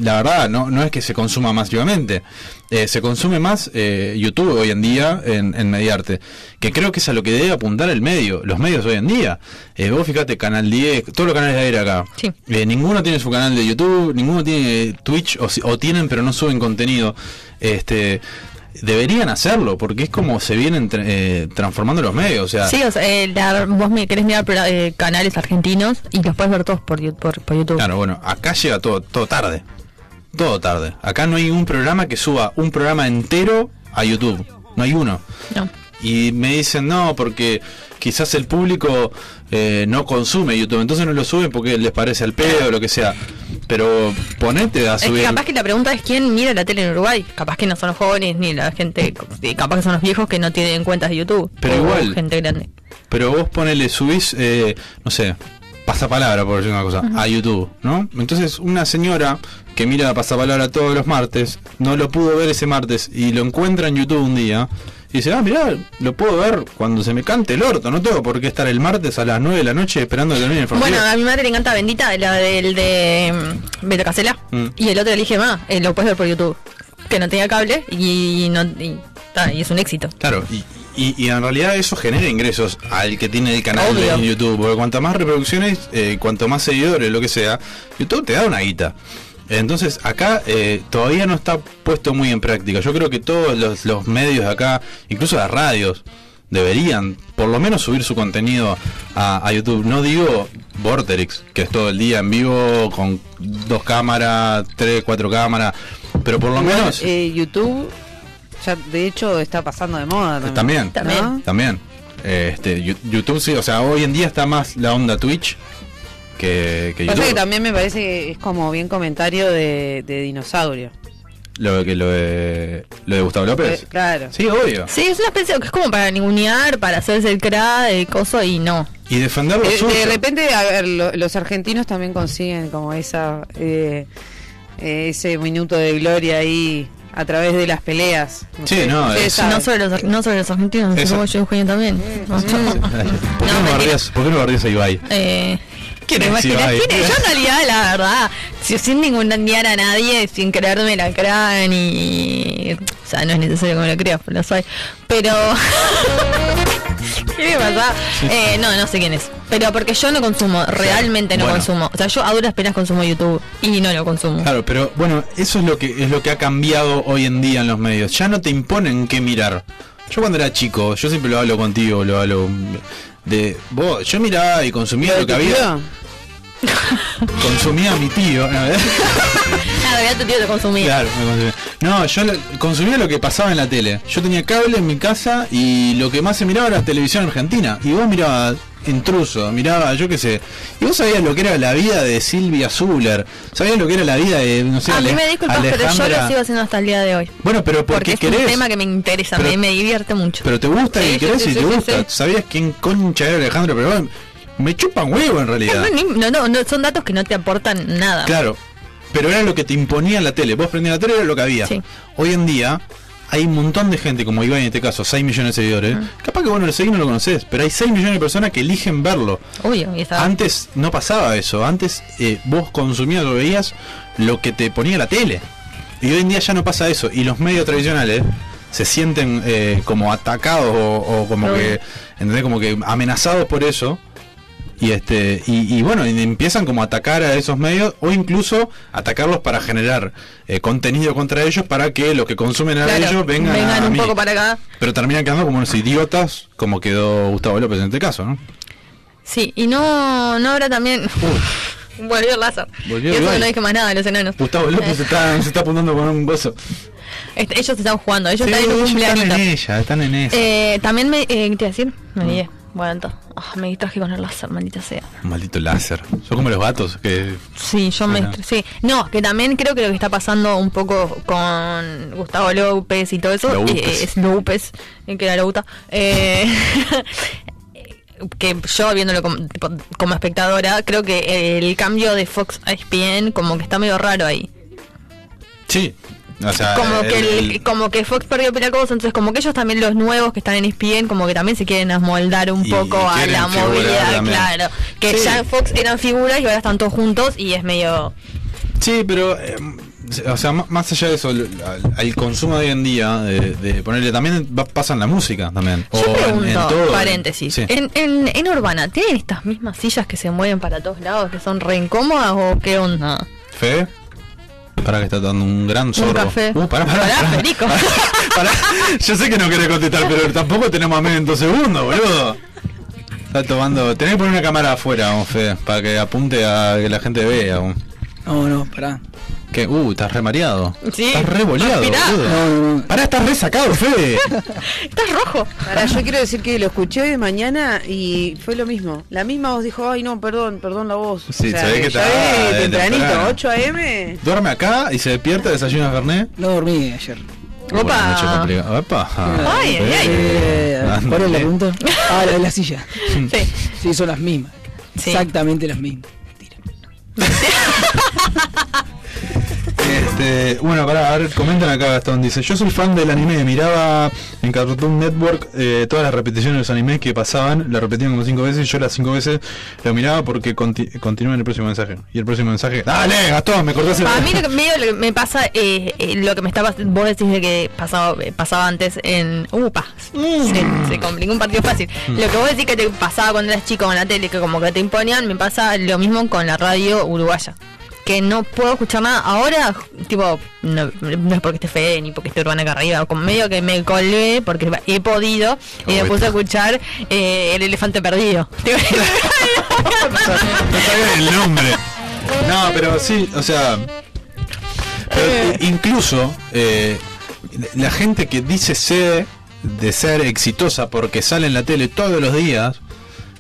S5: la verdad, no, no es que se consuma masivamente. Eh, se consume más eh, YouTube hoy en día en, en Mediarte, que creo que es a lo que debe apuntar el medio, los medios hoy en día. Eh, vos fíjate, Canal 10, todos los canales de aire acá.
S6: Sí.
S5: Eh, ninguno tiene su canal de YouTube, ninguno tiene Twitch, o, si- o tienen pero no suben contenido. Este, deberían hacerlo, porque es como se vienen tra- eh, transformando los medios. O sea,
S6: Sí, o sea, eh, la- vos me querés mirar pro- eh, canales argentinos y los puedes ver todos por, you- por, por YouTube.
S5: Claro, bueno, acá llega todo, todo tarde. Todo tarde. Acá no hay un programa que suba un programa entero a YouTube. No hay uno.
S6: No.
S5: Y me dicen, no, porque quizás el público eh, no consume YouTube. Entonces no lo suben porque les parece al pedo o lo que sea. Pero ponete a
S6: Es que
S5: subir.
S6: capaz que la pregunta es quién mira la tele en Uruguay. Capaz que no son los jóvenes ni la gente, eh, capaz que son los viejos que no tienen cuentas de YouTube.
S5: Pero
S6: O
S5: igual.
S6: Gente grande.
S5: Pero vos ponele, subís, eh, no sé, pasapalabra, por decir una cosa, a YouTube, ¿no? Entonces, una señora que mira pasapalabra todos los martes, no lo pudo ver ese martes y lo encuentra en YouTube un día. Y dice, ah, mirá, lo puedo ver cuando se me cante el orto, no tengo por qué estar el martes a las 9 de la noche esperando que termine el
S6: Bueno,
S5: informativo.
S6: a mi madre le encanta Bendita, la del de mm, Beto Casela.
S5: Mm.
S6: Y el otro le dije, ma, eh, lo puedes ver por YouTube. Que no tenía cable y, no, y, ta, y es un éxito.
S5: Claro, y, y- y en realidad eso genera ingresos al que tiene el canal
S6: Obvio.
S5: de YouTube, porque cuanto más reproducciones, eh, cuanto más seguidores, lo que sea, YouTube te da una guita. Entonces acá eh, todavía no está puesto muy en práctica. Yo creo que todos los, los medios de acá, incluso las radios, deberían por lo menos subir su contenido a, a YouTube. No digo Vorterix, que es todo el día en vivo con dos cámaras, tres, cuatro cámaras. Pero por lo
S7: Igual,
S5: menos.
S7: eh, YouTube, ya de hecho, está pasando de moda
S5: También,
S7: Ah, también.
S5: también.
S7: ¿no?
S5: Este, Yu- YouTube sí, o sea, hoy en día está más la onda Twitch que, que
S7: Pasa que
S5: YouTube.
S7: también me parece que es como bien comentario de, de dinosaurio.
S5: Lo, que lo, de, lo de Gustavo López.
S7: Eh, claro.
S5: Sí, obvio.
S6: Sí, es una especie que es como para ningunear, para hacerse el cra de coso y no.
S5: Y defender los
S7: Eh,
S5: suyos.
S7: de repente, a ver, lo- los argentinos también consiguen como esa eh, eh, ese minuto de gloria ahí a través de las peleas.
S5: Sí, no,
S7: ustedes
S5: es-
S7: saben.
S6: No sobre los, no sobre los argentinos,
S5: Eso.
S6: como yo Eugenio también.
S5: ¿Por qué no, bardeas, ¿Por qué no bardeas a Ibai?
S6: Eh,
S5: ¿Quién
S6: ¿te
S5: es
S6: imaginas
S5: Ibai?
S6: quién es? Yo en realidad, la verdad, si- sin ningunear a nadie, sin creerme la crán y... O sea, no es necesario que me lo creas, pero lo soy. Pero... ¿Qué me pasa? Eh, no, no sé quién es. Pero porque yo no consumo, realmente no
S5: Bueno.
S6: consumo. O sea, yo a duras penas consumo YouTube y no lo consumo.
S5: Claro, pero bueno, eso es lo que es lo que ha cambiado hoy en día en los medios. Ya no te imponen qué mirar. Yo cuando era chico, yo siempre lo hablo contigo, lo hablo de vos, yo miraba y consumía lo que
S7: ¿Tu
S5: había,
S7: tío?
S5: consumía mi tío, ¿eh? ¿no?
S6: Ah, en realidad tu tío te consumía.
S5: Claro, me consumía. No, yo lo- consumía lo que pasaba en la tele. Yo tenía cable en mi casa y lo que más se miraba era televisión argentina. Y vos mirabas intruso, miraba, yo qué sé. Y vos sabías lo que era la vida de Silvia Zuller, sabías lo que era la vida de, no sé,
S6: a mí
S5: Ale-
S6: me disculpas, pero yo
S5: Alejandra-
S6: lo sigo haciendo hasta el día de hoy.
S5: Bueno, pero
S6: Porque
S5: porque,
S6: es
S5: querés.
S6: un tema que me interesa,
S5: Pero-
S6: me, me divierte mucho.
S5: Pero te gusta
S6: Sí,
S5: y
S6: sí,
S5: querés
S6: sí,
S5: y
S6: sí,
S5: te
S6: sí,
S5: gusta.
S6: sí.
S5: ¿Sabías quién concha era Alejandro? Pero bueno, me chupan huevo en realidad.
S6: No, no, no, no, son datos que no te aportan nada.
S5: Claro. Pero era lo que te imponía la tele. Vos prendías la tele era lo que había.
S6: Sí.
S5: Hoy en día hay un montón de gente, como Iván en este caso, 6 millones de seguidores. Capaz que bueno, el seguidor no lo conoces, pero hay 6 millones de personas que eligen verlo.
S6: Obvio, y está.
S5: Antes no pasaba eso. Antes eh, vos consumías o veías lo que te ponía la tele. Y hoy en día ya no pasa eso. Y los medios tradicionales se sienten eh, como atacados o, o como que ¿entendés? como que amenazados por eso. Y este y, y bueno, y empiezan como a atacar a esos medios o incluso atacarlos para generar eh, contenido contra ellos para que los que consumen a
S6: Claro,
S5: ellos vengan, a
S6: un
S5: mí.
S6: poco para acá.
S5: Pero terminan quedando como unos idiotas como quedó Gustavo López en este caso, ¿no?
S6: Sí, y no, no habrá también. Volvió el láser.
S5: Volvió
S6: y eso
S5: el
S6: que no
S5: láser.
S6: dije más nada de los enanos.
S5: Gustavo López se está, se está apuntando con un bozo.
S6: Este, ellos están jugando, ellos
S5: Sí,
S6: están en un
S5: ellos están en
S6: cumpleaños.
S5: ella, están en esa.
S6: Eh, también me. Eh, ¿Qué te iba a decir? Me
S5: Mm.
S6: olvidé. Bueno, entonces. Ah, me distraje con el láser, maldita sea.
S5: Maldito láser. Son como los gatos que.
S6: Sí, yo me
S5: Ajá.
S6: distra- sí. No, que también creo que lo que está pasando un poco con Gustavo López y todo eso
S5: López.
S6: eh, es López, eh, que era Louta, eh, que yo viéndolo com- como, espectadora, creo que el cambio de Fox a E ESPN como que está medio raro ahí.
S5: Sí. O sea,
S6: Como
S5: el-
S6: que el-
S5: el-
S6: como que Fox perdió pila cosa, entonces como que ellos también los nuevos que están en E ESPN como que también se quieren amoldar un
S5: Y-
S6: poco
S5: y
S6: a
S5: quieren
S6: la
S5: figurar
S6: movilidad,
S5: también.
S6: claro. Que
S5: Sí.
S6: ya en Fox eran figuras y ahora están todos juntos y es medio
S5: Sí, pero. eh, o sea, m- más allá de eso, el- al, al consumo de hoy en día, de, de ponerle. También va- pasa en la música también.
S6: Yo
S5: o en-
S6: pregunto,
S5: en, todo.
S6: paréntesis,
S5: Sí.
S6: en, en, en Urbana, ¿tienen estas mismas sillas que se mueven para todos lados, que son re incómodas o qué onda?
S5: Fe. Para que está dando un gran sorbo.
S6: Un café.
S5: Uh, pará, pará,
S6: Pará,
S5: pará.
S6: Federico.
S5: Pará. Yo sé que no querés contestar, pero tampoco tenemos más menos en dos segundos, boludo. Está tomando. Tenés que poner una cámara afuera, vos, Fede, para que apunte a que la gente vea. vos.
S8: No, no, pará.
S5: Que, uh, estás re mareado.
S6: Sí.
S5: Estás re boleado,
S6: Respirá.
S5: boludo.
S8: No, no, no.
S5: Pará, estás re sacado, Fede.
S6: Estás rojo.
S7: Ahora, yo quiero decir que lo escuché hoy de mañana y fue lo mismo. La misma voz dijo, ay no, perdón, perdón la voz.
S5: Sí, se ve que
S7: ya
S5: está
S7: es
S5: de
S7: tempranito,
S5: temprano.
S7: 8 a.m.
S5: Duerme acá y se despierta, desayuna Fernet.
S8: No dormí ayer.
S5: Uh, buena noche
S6: Opa.
S5: complicada. Opa.
S6: Ay, ay, ay.
S8: Eh, ¿Cuál es la pregunta? Ah, la de la silla.
S6: Sí.
S8: Sí, son las mismas.
S6: Sí.
S8: Exactamente las mismas.
S5: Este, bueno, para a ver, comentan acá Gastón, dice, yo soy fan del anime, miraba en Cartoon Network eh, todas las repeticiones de los animes que pasaban, la repetían como cinco veces, y yo las cinco veces lo miraba porque conti- continúa en el próximo mensaje. Y el próximo mensaje, dale, Gastón, me cortás el...
S6: A mí lo que, medio lo que me pasa, eh, eh, lo que me está pas- vos decís de que pasaba, eh, pasaba antes en... Upa,
S5: Mm.
S6: se, se complicó un partido fácil. Lo que vos decís que te pasaba cuando eras chico con la tele, que como que te imponían, me pasa lo mismo con la radio uruguaya. Que no puedo escuchar nada. Ahora, tipo, no, no es porque esté Fede ni porque esté Urbana acá arriba, con medio que me colgué porque he podido y me
S5: Uy.
S6: puse a escuchar eh, El Elefante Perdido.
S5: No sabía el nombre. No, pero sí, o sea... Pero, incluso eh, la gente que dice ser de ser exitosa porque sale en la tele todos los días,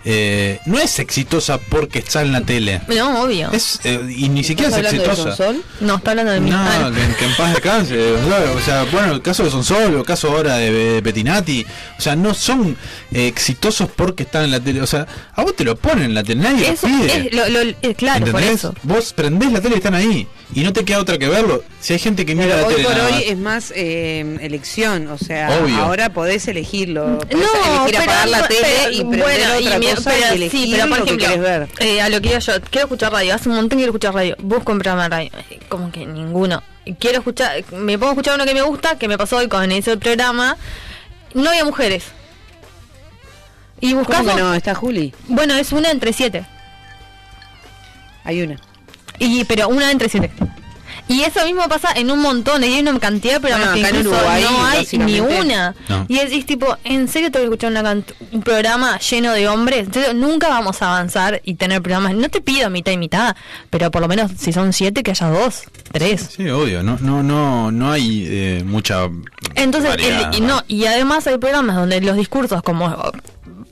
S5: eh, no es exitosa porque está en la tele.
S6: No, obvio.
S5: Es, eh, y ni siquiera es exitosa.
S6: No, está hablando de mí. Ah,
S5: No, que, que en paz descanse. o sea, O sea, bueno, el caso de Sonsol, el caso ahora de, de Petinati. O sea, no son eh, exitosos porque están en la tele. O sea, a vos te lo ponen en la tele, nadie
S6: Eso
S5: lo pide.
S6: es, lo- lo- es claro, por
S5: ¿Entendés?
S6: eso.
S5: Vos prendés la tele y están ahí. Y no te queda otra que verlo. Si hay gente que mira la
S7: Hoy
S5: tele.
S7: por
S5: nada
S7: hoy
S5: más.
S7: es más eh, elección, o sea,
S5: Obvio.
S7: ahora podés elegirlo. Podés
S6: No,
S7: elegir apagar la tele
S6: pero-
S7: y prender
S6: bueno, y
S7: otra
S6: mi-
S7: cosa
S6: pero
S7: y
S6: sí,
S7: elegir
S6: pero por
S7: lo que
S6: ejemplo,
S7: querés ver.
S6: eh, a lo que iba yo, quiero escuchar radio, hace un montón que quiero escuchar radio. Vos comprame radio, eh, como que ninguno. Quiero escuchar, me pongo a escuchar uno que me gusta, que me pasó hoy con ese programa. No había mujeres. ¿Y buscás?
S7: ¿Cómo que
S6: vos?
S7: no? Está Juli.
S6: Bueno, es una entre siete.
S7: Hay una.
S6: Y, pero una entre siete. Y eso mismo pasa en un montón, y hay una cantidad de programas
S7: Bueno,
S6: que
S7: acá en
S6: incluso
S7: Uruguay,
S6: no hay ni
S7: básicamente.
S6: una.
S7: No.
S6: Y es, es tipo, ¿en serio tengo que escuchar una cant- un programa lleno de hombres? Entonces, nunca vamos a avanzar y tener programas. No te pido mitad y mitad, pero por lo menos si son siete, que haya dos, tres.
S5: Sí, obvio. No, no, no, no hay eh, mucha.
S6: Entonces, el-
S5: variedad,
S6: y no, y además hay programas donde los discursos como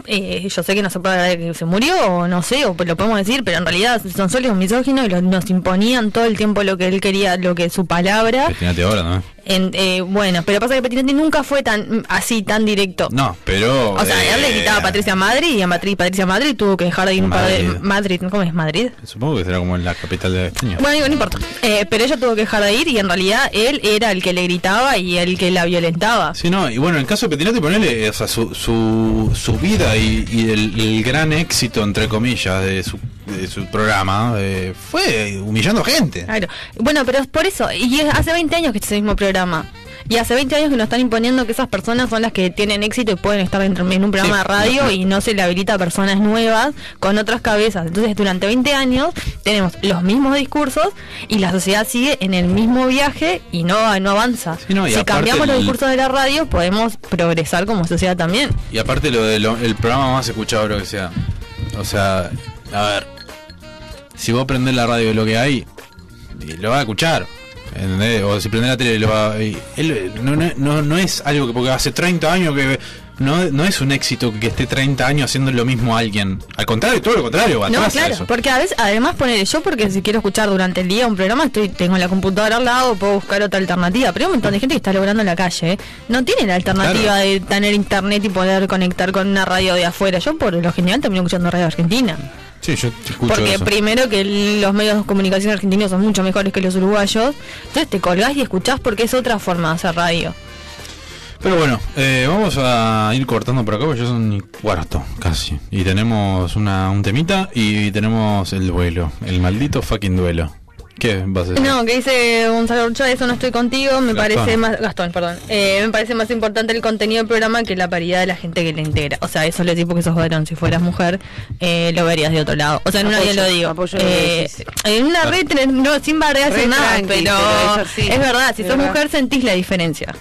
S6: eh, yo sé que no se puede hablar de que se murió o no sé, o lo podemos decir, pero en realidad son sólidos misóginos y lo- nos imponían todo el tiempo lo que él quería, lo que su palabra.
S5: Imagínate ahora, ¿no?
S6: En- eh, bueno, pero pasa que Petinati nunca fue tan mm, así, tan directo.
S5: No, pero. eh,
S6: O sea, él le quitaba a Patricia Madrid y a Matriz, Patricia Madrid tuvo que dejar de ir un par de. eh, Madrid, ¿cómo es Madrid?
S5: Supongo que será como en la capital de España.
S6: Bueno, digo, no importa. Eh, pero ella tuvo que dejar de ir y en realidad él era el que le gritaba y el que la violentaba.
S5: Sí, no, y bueno, en el caso de Petinati, ponele, o sea, su, su, su vida y, y el, el gran éxito, entre comillas, de su, de su programa eh, fue humillando gente.
S6: Claro. Bueno, pero es por eso. Y es- hace 20 años que está ese mismo programa. Y hace 20 años que nos están imponiendo que esas personas son las que tienen éxito y pueden estar dentro- en un programa de radio y no se le habilita a personas nuevas con otras cabezas. Entonces, durante 20 años tenemos los mismos discursos y la sociedad sigue en el mismo viaje y no, no avanza.
S5: no, y
S6: si
S5: aparte
S6: cambiamos los
S5: el-
S6: discursos de la radio, podemos progresar como sociedad también.
S5: Y aparte lo del el programa más escuchado creo que sea. O sea, a ver. Si vos prendés la radio de lo que hay, y lo vas a escuchar. ¿entendés? O si prendés la tele, lo va y él, no, no, no, no es algo que porque hace 30 años que... No, no es un éxito que esté 30 años haciendo lo mismo a alguien. Al contrario, todo lo contrario, va
S6: No,
S5: atrás a
S6: claro,
S5: eso.
S6: porque a veces, además poner yo porque si quiero escuchar durante el día un programa, estoy tengo la computadora al lado, puedo buscar otra alternativa, pero hay un montón de gente que está logrando en la calle, ¿eh? no tiene la alternativa de tener internet y poder conectar con una radio de afuera. Yo por lo general termino escuchando radio argentina,
S5: Sí, yo te escucho
S6: porque
S5: eso.
S6: primero que los medios de comunicación argentinos son mucho mejores que los uruguayos, entonces te colgás y escuchás porque es otra forma de hacer radio.
S5: Pero bueno, eh, vamos a ir cortando por acá, porque ya son y cuarto casi. Y tenemos una, un temita y tenemos el duelo, el maldito fucking duelo. ¿Qué vas a hacer?
S6: No, que dice Gonzalo Urchoa, eso no estoy contigo, me
S5: Gastón.
S6: parece más, Gastón, perdón, Eh, me parece más importante el contenido del programa que la paridad de la gente que le integra. O sea, eso le tipo que sos varón, si fueras mujer, eh, lo verías de otro lado. O sea, en una
S7: Apoyo,
S6: vida lo digo.
S7: apoyo lo que
S6: Eh,
S7: decís.
S6: en una red, no, sin barreras
S7: Re
S6: sin nada,
S7: tranqui,
S6: pero,
S7: pero es
S6: es,
S7: así.
S6: verdad, si
S7: Es
S6: sos
S7: verdad.
S6: mujer sentís la diferencia.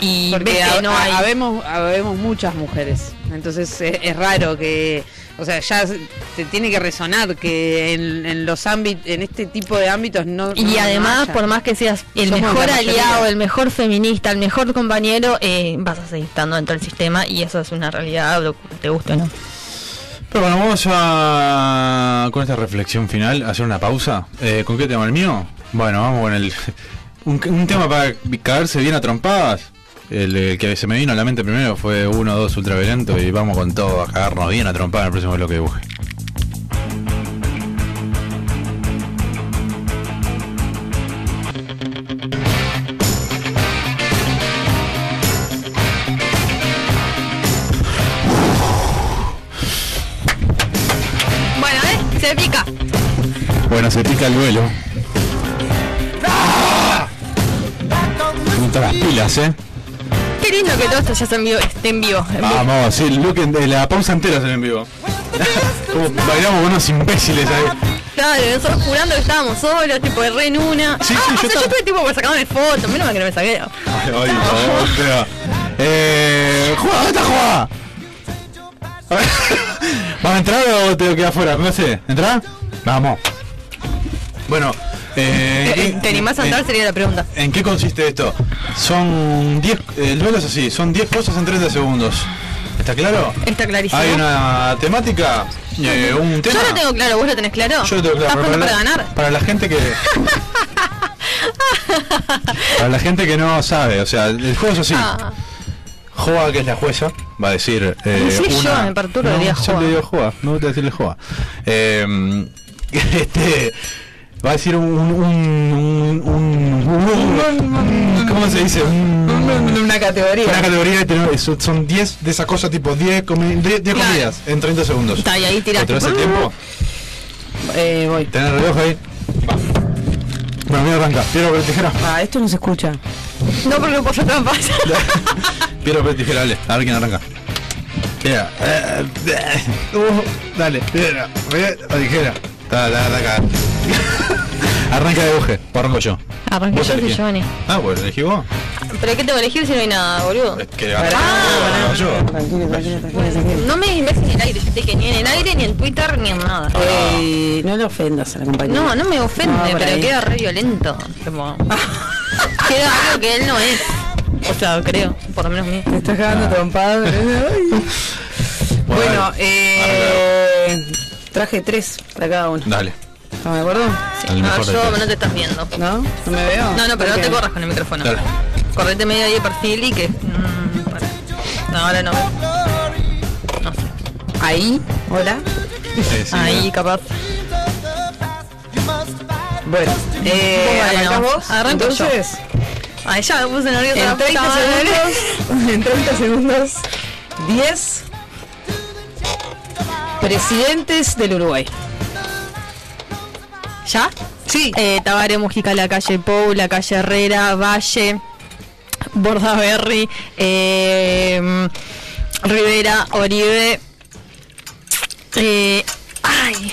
S6: Y ves
S7: Porque
S6: que
S7: ha-
S6: no
S7: ha-
S6: hay.
S7: habemos, habemos muchas mujeres. Entonces eh, es, raro que. O sea, ya se- te tiene que resonar que en, en los ámbitos, en este tipo de ámbitos no.
S6: Y además, por más que seas el
S7: Somos
S6: mejor
S7: la mayoría.
S6: aliado, el mejor feminista, el mejor compañero, eh, vas a seguir estando dentro del sistema y eso es una realidad, lo- te gusta o no.
S5: Pero bueno, vamos a, con esta reflexión final, hacer una pausa. Eh, ¿Con qué tema el mío? Bueno, vamos con el... Un, un tema para caerse bien a trompadas. El, el que se me vino a la mente primero fue 1-2 ultraviolento y vamos con todo a cagarnos bien a trompadas en el próximo bloque de Buje.
S6: Bueno, ¿eh? Se pica.
S5: Bueno, se pica el duelo. Junta las pilas, eh.
S6: Qué lindo que todo esto ya esté en vivo. Esté en vivo.
S5: Vamos, sí, el look en- de la pausa entera se en vivo. Como bailamos con unos imbéciles ahí.
S6: Claro, nosotros jurando que estábamos solos, tipo de re en una. ah, o sea, yo estuve tipo por sacarme fotos, menos mal que no me saqué. Eh,
S5: Ay, por favor, pero- Eh. ¡Juega, esta jugada! A ver, ¿Vas a entrar o te quedas afuera? No sé, ¿entrar? Vamos. Bueno, Eh,
S6: ¿Te,
S5: ¿qué-
S6: te animás a andar?
S5: en-
S6: Sería la pregunta.
S5: ¿En qué consiste esto? Son 10. El duelo es así: son 10 cosas en 30 segundos. ¿Está claro?
S6: Está clarísimo.
S5: Hay una temática, eh, un tema.
S6: Yo lo tengo claro, ¿vos lo tenés claro?
S5: Yo lo tengo claro.
S6: ¿Estás
S5: pero
S6: pronto para
S5: la-
S6: ganar?
S5: para la gente que. para la gente que no sabe, o sea, el juego es así.
S6: Ah.
S5: Joa, que es la jueza, va a decir. eh,
S6: Sí, yo,
S5: una-
S6: me perturbo,
S5: no,
S6: diría
S5: yo
S6: Joa.
S5: le digo Joa, me gusta decirle Joa. Eh, este. Va a decir un. un, un, un- un- ¿Cómo se dice?
S7: Una categoría.
S5: Una categoría de tener- son- son 10 de esas cosas, tipo 10 comi- 10 10
S6: Claro.
S5: comidas en 30 segundos.
S6: Está, y ahí tiraste.
S5: ¿Controlas el tiempo?
S7: Eh, voy.
S5: ¿Tenés reloj ahí? Va. Bueno, mira, arranca. Piedra, papel, tijera.
S7: Ah, esto no se escucha.
S6: No, porque por yo trampas.
S5: Piedra, papel, tijera, dale. A ver quién arranca. Piedra. eh, eh, uh, dale. Piedra, papel o tijera. Dale, dale, acá. Arranca de buje. O arranco yo.
S6: Arranqué yo
S5: Vos
S6: soy
S5: elegí.
S6: Giovanni.
S5: Ah, pues elegí vos.
S6: ¿Pero qué tengo que elegir si no hay nada, boludo?
S5: Que ah, yo.
S6: No me imbécil en el aire, yo te dije ni en el aire, ni en Twitter, ni en nada.
S7: Eh, no le ofendas a la compañera.
S6: No, no me ofende,
S5: Ah,
S7: No, por
S6: pero
S7: ahí.
S6: queda re violento. Como... queda algo que él no es. O sea, creo, por lo menos mío.
S7: Te estás cagando trompado. Ay. bueno, eh, traje tres para cada uno.
S5: Dale.
S7: ¿Estamos de acuerdo?
S5: Al
S6: No,
S5: mejor de
S6: yo
S5: tres.
S6: no te estás viendo.
S7: ¿No? ¿No me veo?
S6: No, no, pero
S7: Ok.
S6: no te corras con el micrófono.
S5: Dale.
S6: Correte medio ahí de perfil y que. mm, para. No, ahora no.
S7: Ahí, hola.
S5: Sí, sí,
S6: Ahí, capaz.
S7: Bueno, eh,
S6: Bueno,
S7: ¿arrancás vos?
S6: arranco
S7: Entonces,
S6: Ahí ya me puse nerviosa. la
S7: en
S6: puta
S7: 30
S6: madre.
S7: segundos, en 30 segundos, 10 presidentes del Uruguay.
S6: ¿Ya?
S7: Sí.
S6: Eh, Tabaré Mujica, la calle Pou, la calle Herrera, Valle, Bordaberry, eh, Rivera, Oribe, eh, ay,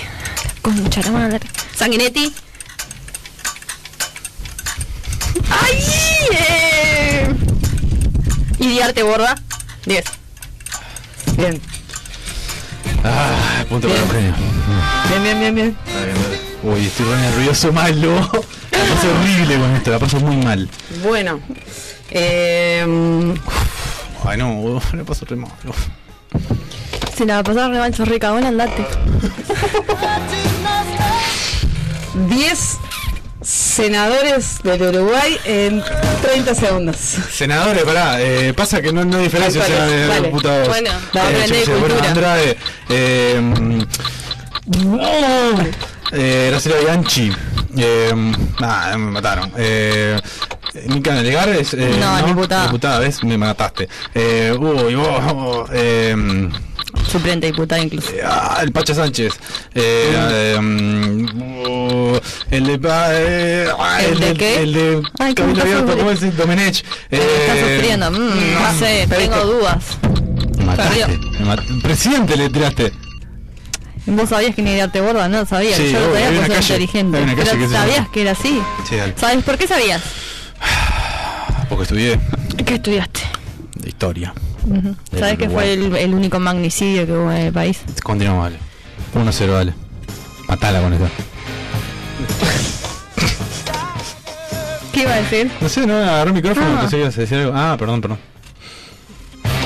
S6: con mucha la madre, Sanguinetti. ¡Ay! Eh, y Diarte Borda, 10.
S7: Bien,
S5: Ah, punto
S6: Eh.
S5: para el premio.
S7: bien, bien, bien, bien.
S5: Uy, estoy re nervioso, malo. La paso horrible con esto, la paso muy mal.
S7: Bueno, eh,
S5: Ay, no, uf, la paso re mal. uf.
S6: Si la pasás revancho rica, ahora andate.
S7: 10 senadores del Uruguay en 30 segundos.
S5: Senadores, pará, eh, pasa que no, no hay diferencia
S7: Ay,
S5: senadores
S7: vale,
S5: de
S7: vale.
S5: diputados.
S6: Bueno,
S5: Eh,
S6: vamos a aprender
S5: yo qué sé,
S6: de
S5: bueno,
S6: cultura.
S5: Andrade, eh, mm, eh, Graciela Bianchi, eh, ah, me mataron. Eh, Mica Melgares, eh,
S6: No, diputada.
S5: diputada, ¿ves? Me mataste. Eh, uy, vos, vos, eh,
S6: Suplente diputada incluso.
S5: Ah, el Pacha Sánchez. Eh, eh, mm, oh, el de. pa- eh, ah,
S6: ¿El de qué?
S5: El de.
S6: Ay, cómo
S5: Camilo
S6: está
S5: Abierto,
S6: sufriendo.
S5: ¿cómo es? Domenech.
S6: Está
S5: Eh,
S6: sufriendo, mm, no sé,
S5: perdiste.
S6: tengo dudas.
S5: Me mataste,
S6: Perdió.
S5: me mat- Presidente le tiraste.
S6: Vos sabías que ni darte borda, no sabía.
S5: Sí,
S6: yo lo
S5: obvio,
S6: sabía
S5: hay
S6: porque
S5: una
S6: soy
S5: calle, hay
S6: inteligente.
S5: una calle que
S6: Pero
S5: se
S6: sabías
S5: llama-
S6: que era así.
S5: Sí, dale.
S6: ¿Sabes por qué sabías?
S5: Porque estudié
S6: Que estudiaste.
S5: de historia.
S6: Ujú.
S5: Del
S6: ¿Sabes que fue
S5: Uruguay.
S6: el, el único magnicidio que hubo en el país?
S5: Continuamos, vale. 1-0, vale. Matala con esta.
S6: ¿Qué iba a decir?
S5: No sé, no, agarré el micrófono.
S6: Ah.
S5: Pensé que ibas a decir algo. Ah, perdón, perdón.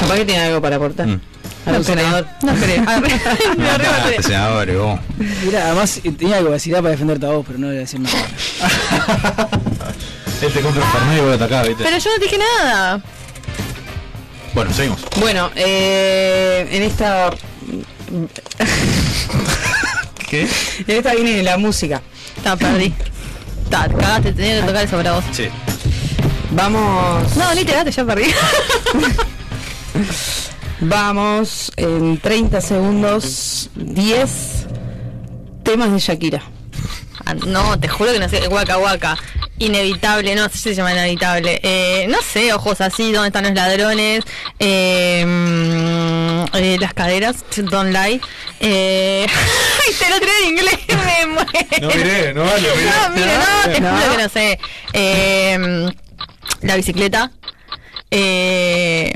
S7: Capaz que tiene algo para aportar.
S5: Mm.
S7: A un senador.
S6: No creo. A ver, me arriba
S5: Mataste,
S6: te-
S5: senadores, vos.
S8: Mira, además eh, tenía algo de vacilar para defenderte a vos, pero no le voy a decir nada.
S5: Él te compra el Fernet y voy a atacar, ¿viste?
S6: Pero yo no te dije nada.
S5: Bueno, seguimos.
S7: Bueno, eh, en esta.
S5: ¿Qué?
S7: En esta viene la música.
S6: Ta, perdí. Ta, cagaste, tenía que tocar eso para vos.
S5: Sí.
S7: Vamos.
S6: No, ni te daste, ya perdí.
S7: Vamos en 30 segundos. 10 temas de Shakira.
S6: Ah, No, te juro que no sé. Guaca, guaca. Inevitable, no sé si se llama inevitable. Eh, no sé, ojos así, ¿dónde están los ladrones? Eh, mm, eh, las caderas, don't lie. Eh, ay, te lo trae en inglés, me muero.
S5: No miré, no vale, miré.
S6: No, mira, no, te
S7: No.
S6: juro que no sé. Eh, mm, la bicicleta. Em, Eh,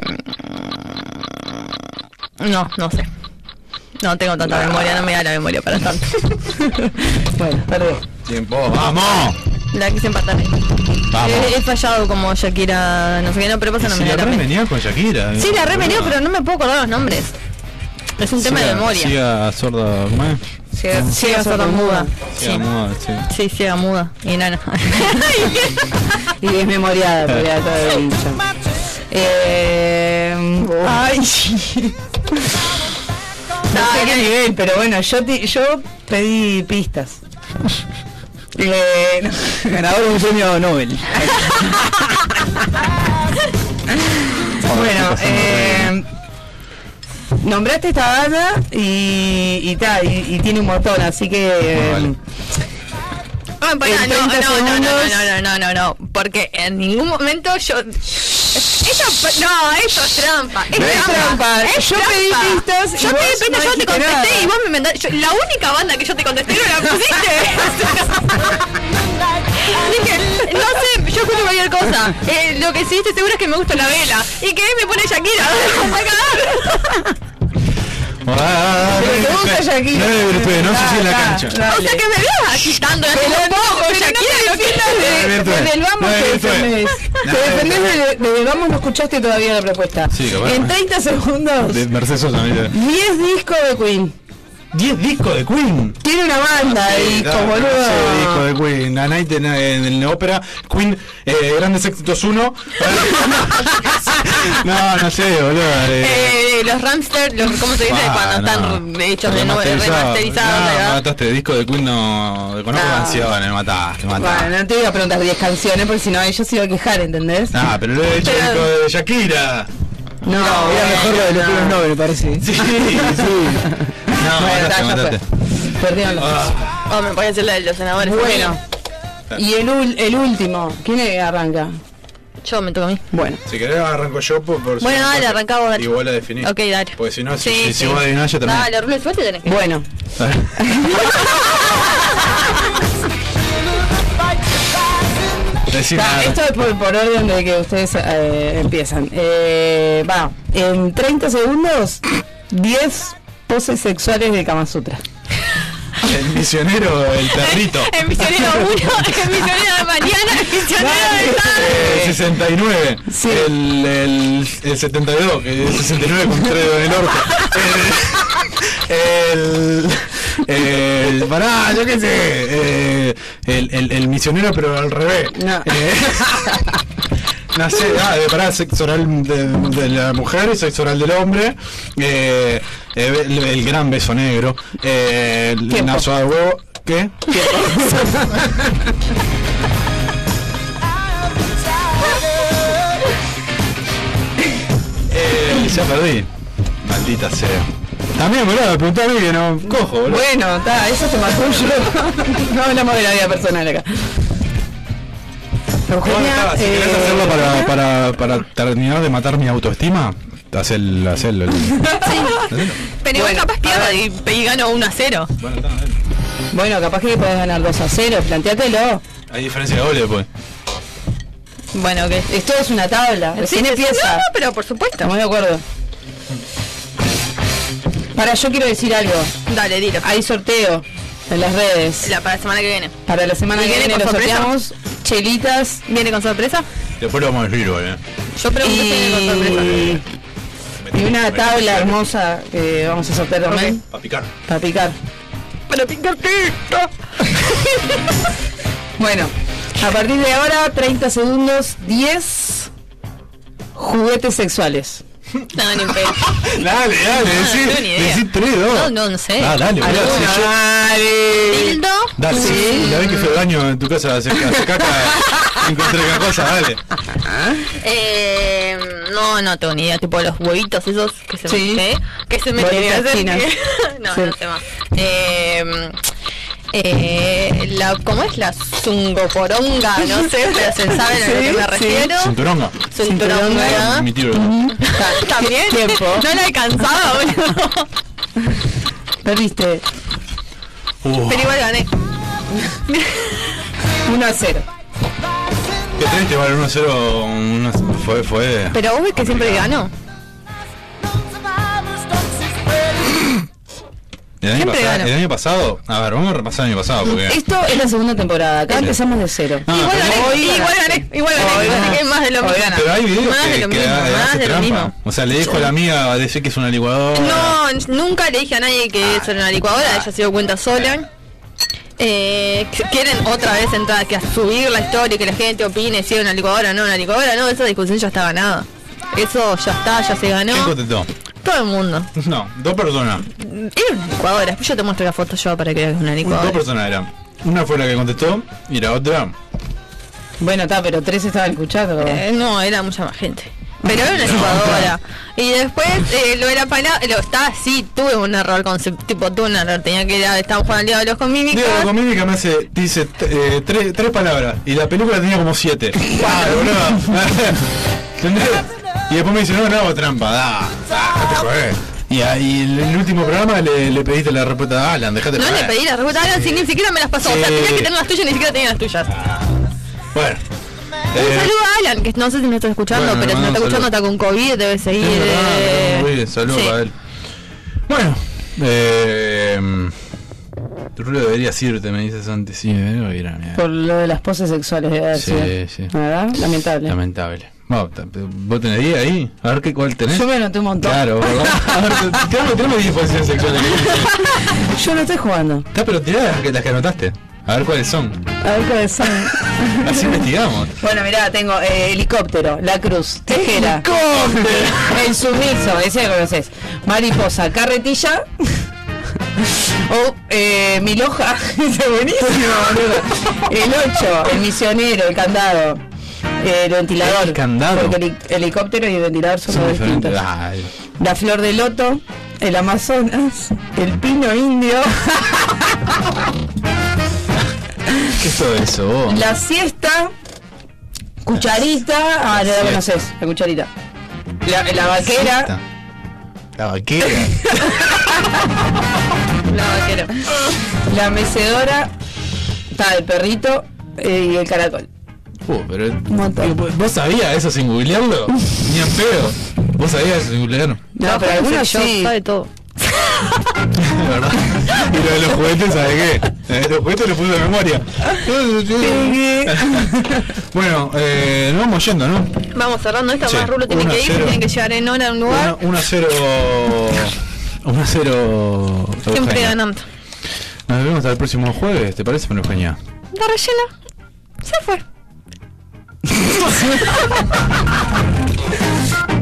S6: mm, no, no sé. No tengo tanta memoria, no me da la memoria para tanto.
S8: bueno, perdón.
S5: Tiempo, vamos.
S6: La quise empatar.
S5: Vamos.
S6: He, he fallado como Shakira, no sé qué, no, pero pasa no
S5: Si
S6: me da
S5: la
S6: la pena.
S5: revenía con Shakira. eh.
S6: Sí, la re venía, pero no me puedo acordar los nombres. Es un tema de memoria.
S5: Siga sorda, ¿cómo es?
S6: Ciega, ciega, sorda, muda.
S5: Siga muda, sí.
S6: Sí, ciega, muda y nana.
S8: Y desmemoriada, porque ya todo el bicho. Eh, ay. No sé qué nivel, pero bueno, yo, ti- yo pedí pistas. Eh, no. Ganador de un premio Nobel. bueno, eh, nombraste esta banda y, y, ta, y, y tiene un montón, así que... eh,
S6: Ah, pará,
S8: En
S6: no, no,
S8: 30
S6: no, no,
S8: segundos.
S6: no, no, no, no, no, porque en ningún momento yo... Eso, no, eso es trampa. Es
S8: No es
S6: trampa.
S8: trampa,
S6: es
S8: yo
S6: trampa.
S8: pedí pistas y
S6: Yo pedí pistas, yo te
S8: vos no dijiste
S6: contesté
S8: nada.
S6: y vos me mandaste. yo- la única banda que yo te contesté no la pusiste. Dije, no sé, yo escucho cualquier cosa. Eh, lo que sí estoy seguro es que me gusta la vela. Y que me pone Shakira.
S5: Ah,
S8: Pero te gusta Shakira.
S5: No hay virtud, no sé si en la
S7: Ah,
S8: Ta, ta,
S5: cancha.
S6: o sea
S8: dale.
S6: que me veas quitando
S8: Pero
S6: un
S8: no,
S6: poco,
S8: pero no
S6: Shakira,
S8: te
S6: lo que
S8: defiendas de-
S5: No hay virtud.
S8: desde el vamos
S5: No hay
S8: te
S5: virtud.
S8: defendés.
S5: No
S8: Te
S5: hay
S8: defendés desde- desde el vamos no escuchaste todavía la propuesta.
S5: Sí, capaz.
S8: En 30 segundos,
S5: De Mercedes Sosa, mira.
S8: 10 discos de Queen.
S5: 10 discos de Queen.
S8: Tiene una
S5: Ah,
S8: banda y como
S5: disco
S8: boludo.
S5: de Queen. A Night en, en, en la ópera. Queen, eh, Grandes Éxitos 1. no, no sé, boludo. eh,
S6: Eh, los Ramster, los, ¿cómo se dice?
S5: pa,
S6: Cuando están
S5: no.
S6: re- hechos de nuevo,
S5: Remasterizado.
S6: remasterizados.
S5: No,
S6: ¿verdad?
S5: mataste. este Disco de Queen no. Conozco
S8: No.
S5: canciones, mataste, mataste.
S8: Bueno, no te voy a preguntar 10 canciones porque si no ellos se iban a quejar, ¿entendés?
S5: Ah, pero lo he hecho
S8: Pero-
S5: disco de Shakira.
S8: No, era mejor lo de los premios Nobel, me parece.
S5: Sí, sí. No,
S8: Bueno,
S5: mataste,
S8: ta, ya
S5: mataste.
S8: fue. Perdieron los dos.
S5: Ah,
S6: Oh, me parece la de los senadores.
S8: Bueno. Y el, ul- el último, ¿quién es que arranca?
S6: Yo me toca a mí.
S8: Bueno,
S5: si querés arranco yo por, por si
S6: Bueno,
S5: no,
S6: dale,
S5: porque-
S6: arrancá vos, dale.
S5: Y vos la definís.
S6: Ok, dale.
S5: Porque si no, si-
S6: Sí,
S5: si, si
S6: sí.
S5: vos adivinás, yo también.
S6: Dale, Rulo, suerte tenés que.
S8: bueno.
S5: Decí
S8: Va,
S5: nada.
S8: esto es por, por orden de que ustedes eh, empiezan. Eh, va, en 30 segundos, 10 poses sexuales de Kama Sutra.
S5: El misionero, el perrito.
S6: El misionero 1, el misionero de mañana, el misionero de tarde.
S5: Eh, 69.
S8: Sí.
S5: El, el, el 72, que es 69 con 3 del orto. El. El. el pará, yo qué sé. eh, el, el, el misionero, pero al revés.
S8: No.
S5: Eh, no sé, ah, eh, pará, sexo oral de, de la mujer y sexo oral del hombre. eh, eh, el, el gran beso negro. eh, el
S8: Tiempo.
S5: nazo de huevo. ¿Qué? Eh, ya perdí. Maldita sea. También, boludo, me preguntó a mí que no cojo, boludo.
S8: Bueno, está, eso se mató yo. No hablamos de la vida personal acá.
S5: Bueno,
S8: Eugenia,
S5: está, si querés
S8: eh,
S5: hacerlo para, para, para terminar de matar mi autoestima, haz el, haz el-
S6: Pero igual capaz pierdo y, y gano 1 a 0.
S5: Bueno, está, dale.
S8: Bueno, capaz que podés ganar 2 a 0, planteatelo.
S5: Hay diferencia de doble, pues.
S6: Bueno, que.
S8: Esto es una tabla, recién
S6: No,
S8: empieza.
S6: no, pero por supuesto.
S8: Estamos de acuerdo. Para, yo quiero decir algo.
S6: Dale, dilo.
S8: Hay sorteo en las redes.
S6: La, para la semana que viene.
S8: Para la semana
S6: ¿Y
S8: que
S6: viene
S8: viene
S6: con
S8: lo
S6: sorpresa?
S8: sorteamos. Chelitas.
S6: ¿Viene con sorpresa?
S5: Después lo vamos a decir, eh. boludo.
S6: Yo pregunto si viene con sorpresa.
S8: Y, y una tabla hermosa que vamos a sortear también.
S5: Para picar.
S8: Para picar.
S6: Para pintar esto.
S8: Bueno, a partir de ahora, 30 segundos, 10 juguetes sexuales.
S6: No, ni en pedo.
S5: Dale, dale,
S6: no
S5: decí,
S6: tengo ni idea.
S5: decí tres, dos.
S6: No, no, no sé.
S5: Ah, dale, boludo.
S8: Alguna,
S5: si yo-
S8: dale.
S6: Tildo.
S5: Dale,
S8: Sí.
S5: la vez que fue al baño en tu casa a hacer, a hacer caca, encontré cacosa, dale.
S6: Eh, no, no tengo ni idea, tipo los huevitos esos que se
S8: Sí.
S6: me ¿eh? que se me
S8: Bolitas chinas.
S6: no,
S8: Sí.
S6: no sé más. Eh, eh, la, ¿Cómo es la zungoporonga? No sé, pero se saben a lo que
S8: Sí,
S6: me
S8: sí.
S6: refiero.
S5: Cinturonga.
S6: Zungoporonga.
S5: Mi tiro.
S6: También.
S8: Tiempo.
S6: No la alcanzaba, boludo.
S8: Perdiste
S5: Uh,
S6: Pero igual gané.
S8: 1 a 0.
S5: qué triste, vale, 1-0. uno- Fue, fue.
S6: Pero vos ves que siempre gano.
S5: El año,
S7: Siempre
S5: pasado,
S7: gano.
S5: el año pasado, a ver, vamos a repasar el año pasado. Porque...
S7: Esto es la segunda temporada, acá
S5: Sí.
S7: empezamos de cero.
S8: Ah.
S5: No,
S6: Igual
S5: Ah, pero-
S6: gané, igual gané, igual gané, así que más de lo mismo.
S5: Pero hay videos
S6: Más de
S5: que,
S6: lo
S5: que
S6: mismo,
S5: hace
S6: más de lo
S5: trampa.
S6: mismo.
S5: O sea, le dijo a la amiga a decir que es una licuadora.
S6: No, n- nunca le dije a nadie
S5: Ah.
S6: que eso era una licuadora, ella se dio cuenta sola. Eh, qu- quieren otra vez entrar, que a subir la historia, y que la gente opine si era una licuadora o no, una licuadora, no, esa discusión ya está ganada. Eso ya está, ya se ganó.
S5: ¿Quién contestó?
S6: Todo el mundo.
S5: No, dos personas.
S6: Era una licuadora, después yo te muestro la foto yo para que veas que es una
S5: Dos
S6: licuadora.
S5: personas eran. Una fue la que contestó y la otra.
S7: Bueno, está, pero tres estaban escuchando.
S6: Eh, no, era mucha más gente. Pero era una licuadora. Y después eh, lo de la palabra, lo estaba así, tuve un error concept, tipo tuve un error, tenía que ir a, estaban jugando al día de los comínicos.
S5: Diego Comínica me hace, dice t- eh, tres, tres palabras y la película tenía como siete. Claro, boludo. ¿Entendés? y después me dice, no, no hago trampa, da, da, te jodés. Y ahí en el último programa le, le pediste la respuesta a Alan, dejate
S6: No le
S5: joder.
S6: pedí las respuestas, Alan, si ni siquiera me las pasó. O sea,
S5: Sí.
S6: tenía que tener las tuyas, ni siquiera tenía las tuyas.
S5: Bueno.
S6: Un
S5: Eh,
S6: saludo a Alan, que no sé si me está escuchando,
S5: Bueno, le
S6: pero si no está
S5: mando un
S6: escuchando está con COVID, debe seguir. eh,
S5: Muy bien, saludos
S6: sí.
S5: para él. Bueno, eh, Rulo debería irte, me dices antes. Sí, debería ir a la mierda.
S7: Por lo de las poses sexuales, debe haber
S5: Sí,
S7: sido.
S5: sí.
S7: ¿Verdad? Lamentable.
S5: Lamentable. Vos, ta- ¿Vos tenés 10 ahí? A ver qué cuál tenés.
S7: Yo me anoté un montón.
S5: Claro, ¿verdad? A ver, te- tenemos- tenemos 10 posiciones sexuales.
S7: Yo no estoy jugando.
S5: Está, pero tirá las que, las que anotaste. A ver cuáles son.
S7: A ver cuáles son.
S5: Así investigamos.
S7: Bueno, mirá, tengo eh, helicóptero, la cruz, tejera, el sumiso, ese lo conoces, mariposa, carretilla, o eh, mil hojas, ese es buenísimo, boludo. el 8, el misionero, el candado, Eh, el ventilador,
S5: El candado.
S7: porque el heli- helicóptero y el ventilador son,
S5: Son
S7: dos
S5: diferentes.
S7: distintos.
S5: Ay.
S7: La flor de loto, el Amazonas, el pino indio,
S5: ¿Qué es todo eso, vos?
S7: la siesta, cucharita, ah, no la
S5: siesta.
S7: conoces, la cucharita. La, la vaquera,
S5: La vaquera.
S7: La vaquera. La mecedora. Está el perrito eh, y el caracol.
S5: Uh, pero. pues,
S7: montón.
S5: ¿Vos vos sabías eso sin googlearlo? Ni en pedo. ¿Vos sabías eso sin googlearlo?
S7: No, pero algunos sí.
S6: Sabe todo.
S5: De verdad. Y lo de los juguetes, ¿sabes qué? Eh, los juguetes los puse de memoria. bueno, eh, nos vamos yendo, ¿no?
S6: Vamos cerrando esta,
S5: Sí,
S6: más Rulo tiene
S5: uno a
S6: que ir,
S5: cero.
S6: tiene que llegar en hora a un lugar.
S5: 1 a 0. 1 a 0.
S6: Siempre ganando.
S5: Nos vemos hasta el próximo jueves, ¿te parece, María Eugenia?
S6: La rellena se fue.